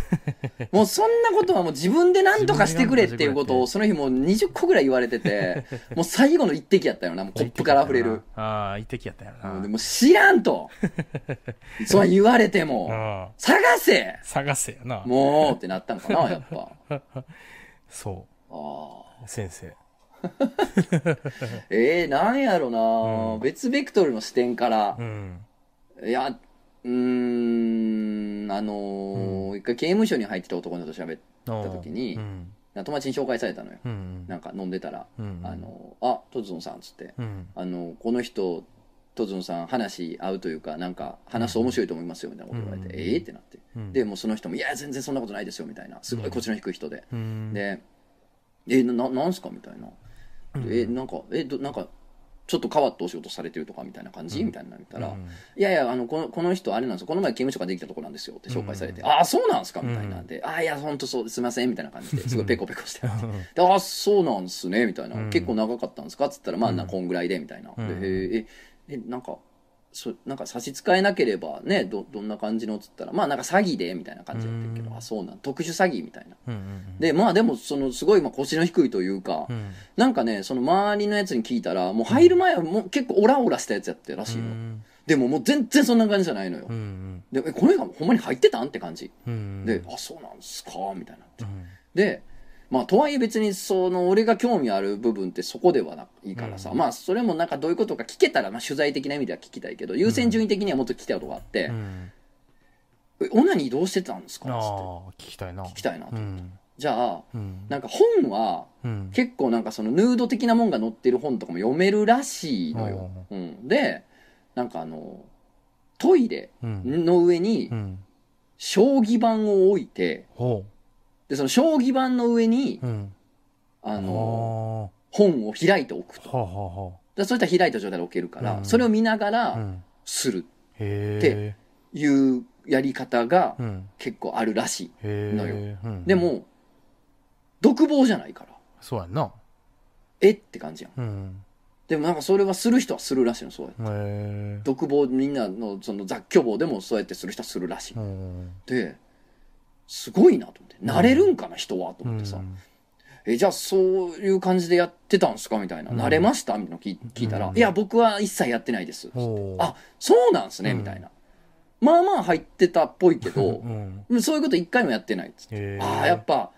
もうそんなことはもう自分で何とかしてくれっていうことを、その日もう20個ぐらい言われてて、もう最後の一滴やったよな、もうコップから溢れる。
ああ一滴やったよな
もうでも知らん と。そうは言われても、
ああ
探せ
探せやな
もうってなったんかな、やっ ぱ。あ
そ
あ
う先生
えー、なんやろな、
うん
別ベクトルの視点から
う。ん
いや、うーん、あのー一回刑務所に入ってた男の人と喋って、
行
った時に
うん
友達に紹介されたのよ。
うん
なんか飲んでたら、
うん
あの、あ、トズンさんっつって、
うん
あの、この人、トズンさん話合うというか、なんか話すと面白いと思いますよみたいなこと言われて、
うん
ええってなって。
うん
で、もうその人も、いや、全然そんなことないですよみたいな、すごい腰の低い人で。
うん
で、え、な、なんすかみたいな。
うん
でえ、なんか、え、どなんか、ちょっと変わったお仕事されてるとかみたいな感じ、みたいなの言ったら、
うん
いやいや、あの、この、この人、あれなんですよ。この前、刑務所ができたところなんですよって紹介されて、ああ、そうなんですかみたいなんで、ああ、いや、ほんとそう、すいません、みたいな感じで、すごいペコペコしてで、ああ、そうなんですね、みたいな。
うん
結構長かったんですかつったら、まあ、な、
うん
こんぐらいで、みたいな。で
うん
ええ、え、なんか、そなんか差し支えなければね、ど、どんな感じのつったら、まあ、なんか詐欺で、みたいな感じだったけど、
うん
あそうなん、特殊詐欺みたいな。
うんうん
で、まあ、でも、その、すごい、まあ、腰の低いというか、
うん
なんかね、その周りのやつに聞いたら、もう入る前はもう結構オラオラしたやつやってらしいの。でももう全然そんな感じじゃないのよ。
うん
で、え、この映画ほんまに入ってたんって感じ。
うん
で、あ、そうなんすかみたいになって
う。ん
で、まあ、とはいえ別に、その、俺が興味ある部分ってそこではないいからさ、
うん
まあ、それもなんかどういうことか聞けたら、まあ、取材的な意味では聞きたいけど、優先順位的にはもっと聞きたいことがあって
う、ん
えオナニーどうしてたんです
あ
か
あ
つって
聞きたいな
聞きたいなと。
うん
じゃあ、
うん
なんか本は、
うん
結構なんかそのヌード的なもんが載ってる本とかも読めるらしいのよ。うん、で、なんかあの、トイレ
うん
の上に
う、ん
将棋盤を置いて、
ほ
で、その将棋盤の上に
う、うん
あ
あ
の、
は
本を開いておくと。
あはあは
でそういったら開いた状態で置けるから、
うん
それを見なが
あう
ら
ん
する
へえ
いうやり方が
うん
結構あるらしい。
へ
の
えうん
でも、独房じゃないから、
そうやんな
えって感じやん。
うん
でもなんかそれはする人はするらしいの、そうやって。
へえ
独房みんなのその雑居房でもそうやってする人はするらしい。
うん
で、すごいなと思って。慣れるんかな、人はと思ってさ。
うん
え、じゃあそういう感じでやってたんですかみたいな。
うん
慣れましたみたいなの聞い聞いたら、
うん
いや、僕は一切やってないです。
ほう
あ、そうなんすね、
うん
みたいな。まあまあ入ってたっぽいけ ど
う、ん
うんそういうこと一回もやってないっつって。
へえ
ああ、やっぱ、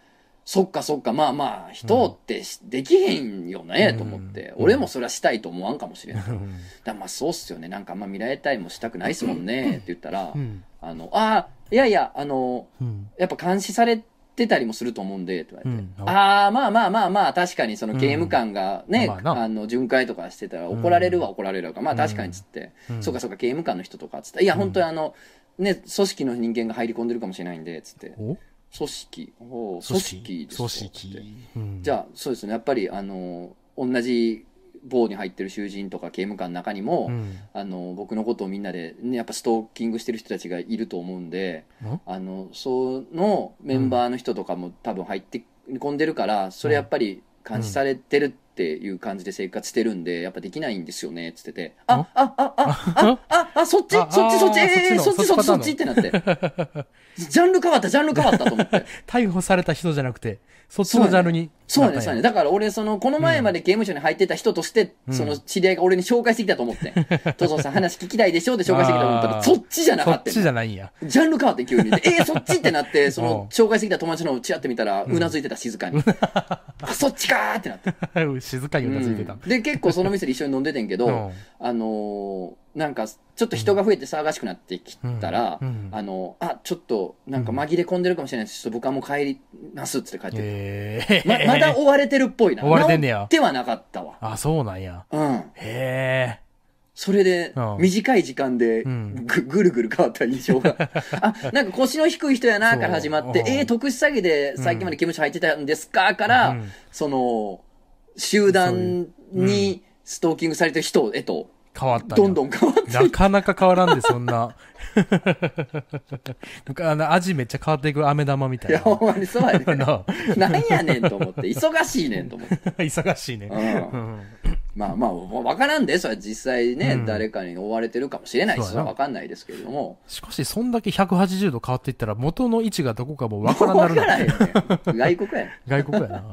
そっかそっか、まあまあ、人ってしできへんよね、と思って。
うん
俺もそれはしたいと思わんかもしれ ない。だか
うん
らまあそうっすよね、なんかあんま見られたりもしたくないっすもんね、って言ったら
う、ん
あの、ああ、いやいや、あの、
うん
やっぱ監視されてたりもすると思うんで、って言われて。
うん
ああ、まあまあまあまあ、確かにその刑務官がね、
うんまあな
あの、巡回とかしてたら怒られるは怒られるか、まあ確かにっつって、
うん
そうかそうか、刑務官の人とかっつって、いや、
うん
本当にあの、ね、組織の人間が入り込んでるかもしれないんで、つって、
お
組織、おう組織ですよ
組
つって
織うん
じゃあ、そうですね、やっぱりあの、同じ棒に入ってる囚人とか刑務官の中にも、
うん
あの僕のことをみんなで、ね、やっぱストーキングしてる人たちがいると思うんで、
ん
あのそのメンバーの人とかも多分入って込んでるから、それやっぱり監視されてるっていう感じで生活してるんで、やっぱできないんですよねっつってて、あ
ん
ああああああそっちそ
あ
っちそっち
あー
えーそ
そ
っ
っ
ちそっ
ちの
ちそ
そ
っ
っ
ち
ち
ってなって、ジャンル変わった、ジャンル変わったと思って、
逮捕された人じゃなくてそっちのジャンルに
そうや
な
ね、
んか
そうや
や
ね。だから俺、その、この前まで刑務所に入ってた人として、その知り合いが俺に紹介してきたと思ってん。トトさん話聞きたいでしょって紹介してきたと思った
あ
ら、
ー
そっちじゃな
そ
か
っ
ったん
ちじゃないんや。
ジャンル変わってん急に。でえー、そっちってなって、そ
うん
の、紹介してきた友達のチラって見たら、うなずいてた、静かに。あ、そっちかーってなって。
静かにうなずいてた。うん。
で、結構その店で一緒に飲んでてんけど、あのーなんか、ちょっと人が増えて騒がしくなってきたら、
うん
あのあ、ちょっと、なんか紛れ込んでるかもしれないです。ちょっと僕はもう帰りますっつって帰ってて
ええ
ままだ追われてるっぽいな。
追われてんねや
治ってはなかったわ。
あ、そうなんや。
うん。
へ
それで
うん、
短い時間でぐ、
うん
ぐるぐる変わった印象 が。あ、なんか腰の低い人やな、
そう
から始まって、
うん
えー、特殊詐欺で最近まで刑務所入ってたんですかか
え。
ら、
うん
その、集団
そういう
にストーキングされてる人へと、
変わったや
どんどん変わってい
なかなか変わらんで、そんな。 なんかあの味めっちゃ変わっていく飴玉みた
い
い
や、
な。
ほんまに そうやねん。
な
なんやねんと思って、忙しいねんと思って。
忙しいね。
う
うんん
まあまあ、わからんで、それは実際ね、
うん
誰かに追われてるかもしれないし、
そう
そ
や
れ
な
はわかんないですけれども。
しかし、そんだけ180度変わっていったら、元の位置がどこかもわからんな
わ
る
か
な。
らへんねん。外国やねん。
外国やな。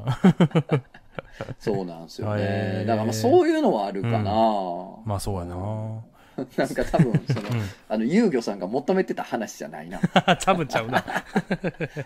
そうなんですよ
へ
ね
ー。
だからまあそういうのはあるかな。
まあ、そうやな。
なんか多分その、あの遊漁さんが求めてた話じゃ ないな。
多分ちゃ うな。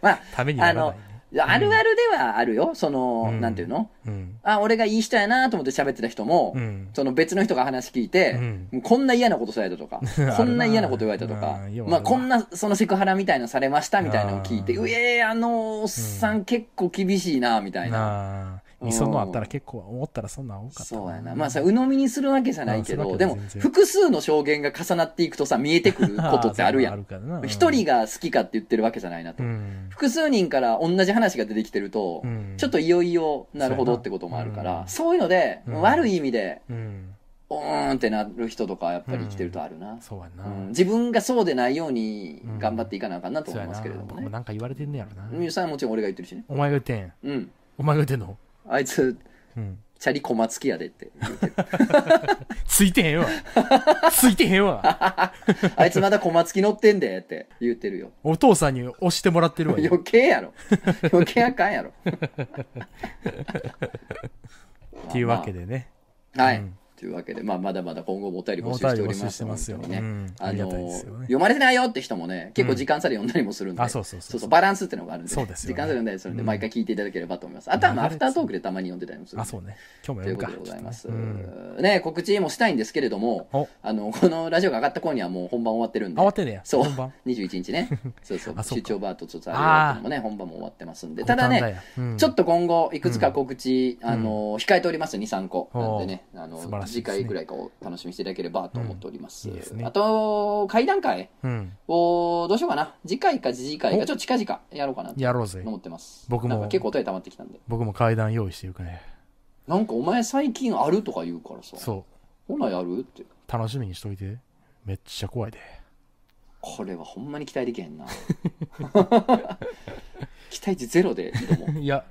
まあ
ためにな
あ
らな
の
いね。
あるあるではあるよ。その、
うん
なんていうの？
うん。
あ俺がいい人やなと思って喋ってた人も、
うん。
その別の人が話聞いて、
うん
もうこんな嫌なことされたと か
るな、
こんな嫌なこと言われたとか
うんよ、うあ
まあ
るな
こんなそのセクハラみたいなされましたみたいなのを聞いて、
あー
うえー、あのおっさん結構厳しいなみたいな。
なあ。いそのあったら結構、思ったらそんなん多かったな。
そうやな。まあさ、鵜呑みにするわけじゃないけ
うん
ど、
す
で
るわ
も
けじゃ全然
複数の証言が重なっていくとさ、見えてくることってあ るやん。
からな
一人が好きかって言ってるわけじゃないなと。
うん
複数人から同じ話が出てきてると、
うん
ちょっといよいよなるほどってこともあるか
そうや
ら
な、
そういうので、
うん
悪い意味で、
うん
うーんってなる人とかやっぱり生きてるとあるな。
そうやな、
うん自分がそうでないように頑張っていかなあかんなと
そう
思
や
います
な
けれども
僕も
ね。
なんか言われてんねやろな、
うんそれはもちろん俺が言ってるしね。
お前が言ってん
うん。
お前が言ってんの、
あいつ、
うん、
チャリコマ付きやでって言ってる。
ついてへんわついてへんわ
あいつまだコマ付き乗ってんでって言ってるよ。
お父さんに押してもらってるわ
余計 やろ余計あかんやろ
っていうわけでね、
まあまあはい、
うん
というわけで、まあ、まだまだ今後もお便り募
お
集
便
し
り
てお
募
りま
集し
す
てますよ、
本当にね、
うん、あ
あ
りが
の
たいですよね
読まれてないよって人もね結構時間差で読んだりもするんで、
あそうそうそう
そうバランスってのがあるんで
そうですよね
時間差で読んだりするんで、
うん
毎回聞いていただければと思いますあとはまあ
流
ア
れ
フタートークでたまに読んでたりもするん
あ
で
そうね今日も
という
やる
こ
か
とでございます、
ちょっとね
ね告知もしたいんですけれども
うん、お
あのこのラジオが上がった頃にはもう本番終わってるんで
慌てねや
そう
本番
21日 ねそうそう
あそう
出
か
張バーとツツあるのもね本番も終わってますんでただね
簡単やうん
ちょっと今後、いくつか告知、あの、控えております、2、3個。
おー
なんでね、あの
素晴ら、しい
次
ですね
回ぐらいかを楽しみにしていただければと思っております
うんいいですね。
あと、会談会
うん、
を、どうしようかな。次回か次々回
お
か、ちょっと近々やろうかなと
やろうぜ
思ってます。
僕も
なんか結構お便り溜まってきたんで。
僕も階段用意してるからね
なんかお前最近あるとか言うからさ、
そう
ほなやるって。
楽しみにしといてめっちゃ怖いで
これはほんまに期待できへんな。 期待値ゼロで挑も。
いや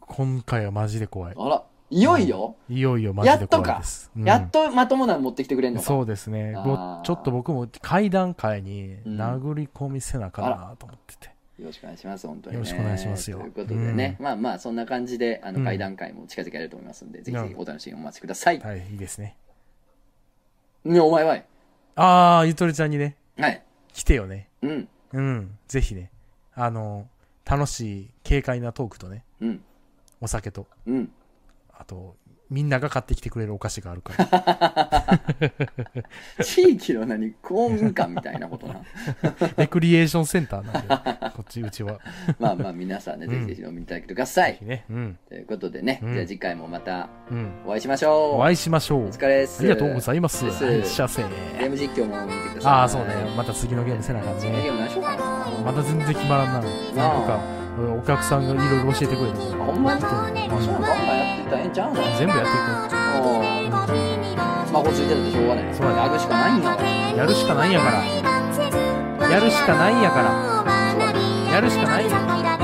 今回はマジで怖いう
あら、いよいよ、
いよいよマジで怖いですうん
やっとまともなの持ってきてくれんのか。
そうですねぼ
あー
ちょっと僕も階段階に
うん
殴り込みせなあかんなと思ってて、
よろしくお願いします、本当に、ね。
よろしくお願いしますよ
ということでね、まあまあ、そんな感じで、あ
うん
の、会談会も近々やると思いますんで、ぜひぜひ
うん
お楽しみにお待ちください。
はいいいですね
ね、お前ははい。
ああゆとりちゃんにね
はい。
来てよね
うん。
うんぜひねあの楽しい軽快なトークとね
うん。
お酒と
うん。
あとみんなが買ってきてくれるお菓子があるから
地域の何、公民館みたいなこと な。
レクリエーションセンターなんでこっちうちは
まあまあ、皆さんね、ぜひぜひ飲みにいただいてくださ
ぜ
い
ひ。ねうん
ということでね、
うん
じゃあ次回もまた
うん
お会いしましょう。
お会いしましょ
お
う
疲れです。
ありがとうございます
です
はい幸せ
ゲーム実況も見てください。
ああそうねまた次のゲームせなあかん
次の
ね
ゲーム何しようかな。
まだ全然決まらんななんかお客さんがいろいろ教えてくれて
あほんまに
うん
そう、バンバンやってったらええんちゃうの
全部
う
やって
んスマホついてるとしょうがない。
そうやね
やるしかないんだから。
いくやるしかないんやからやるしかないんやからやるしかないんや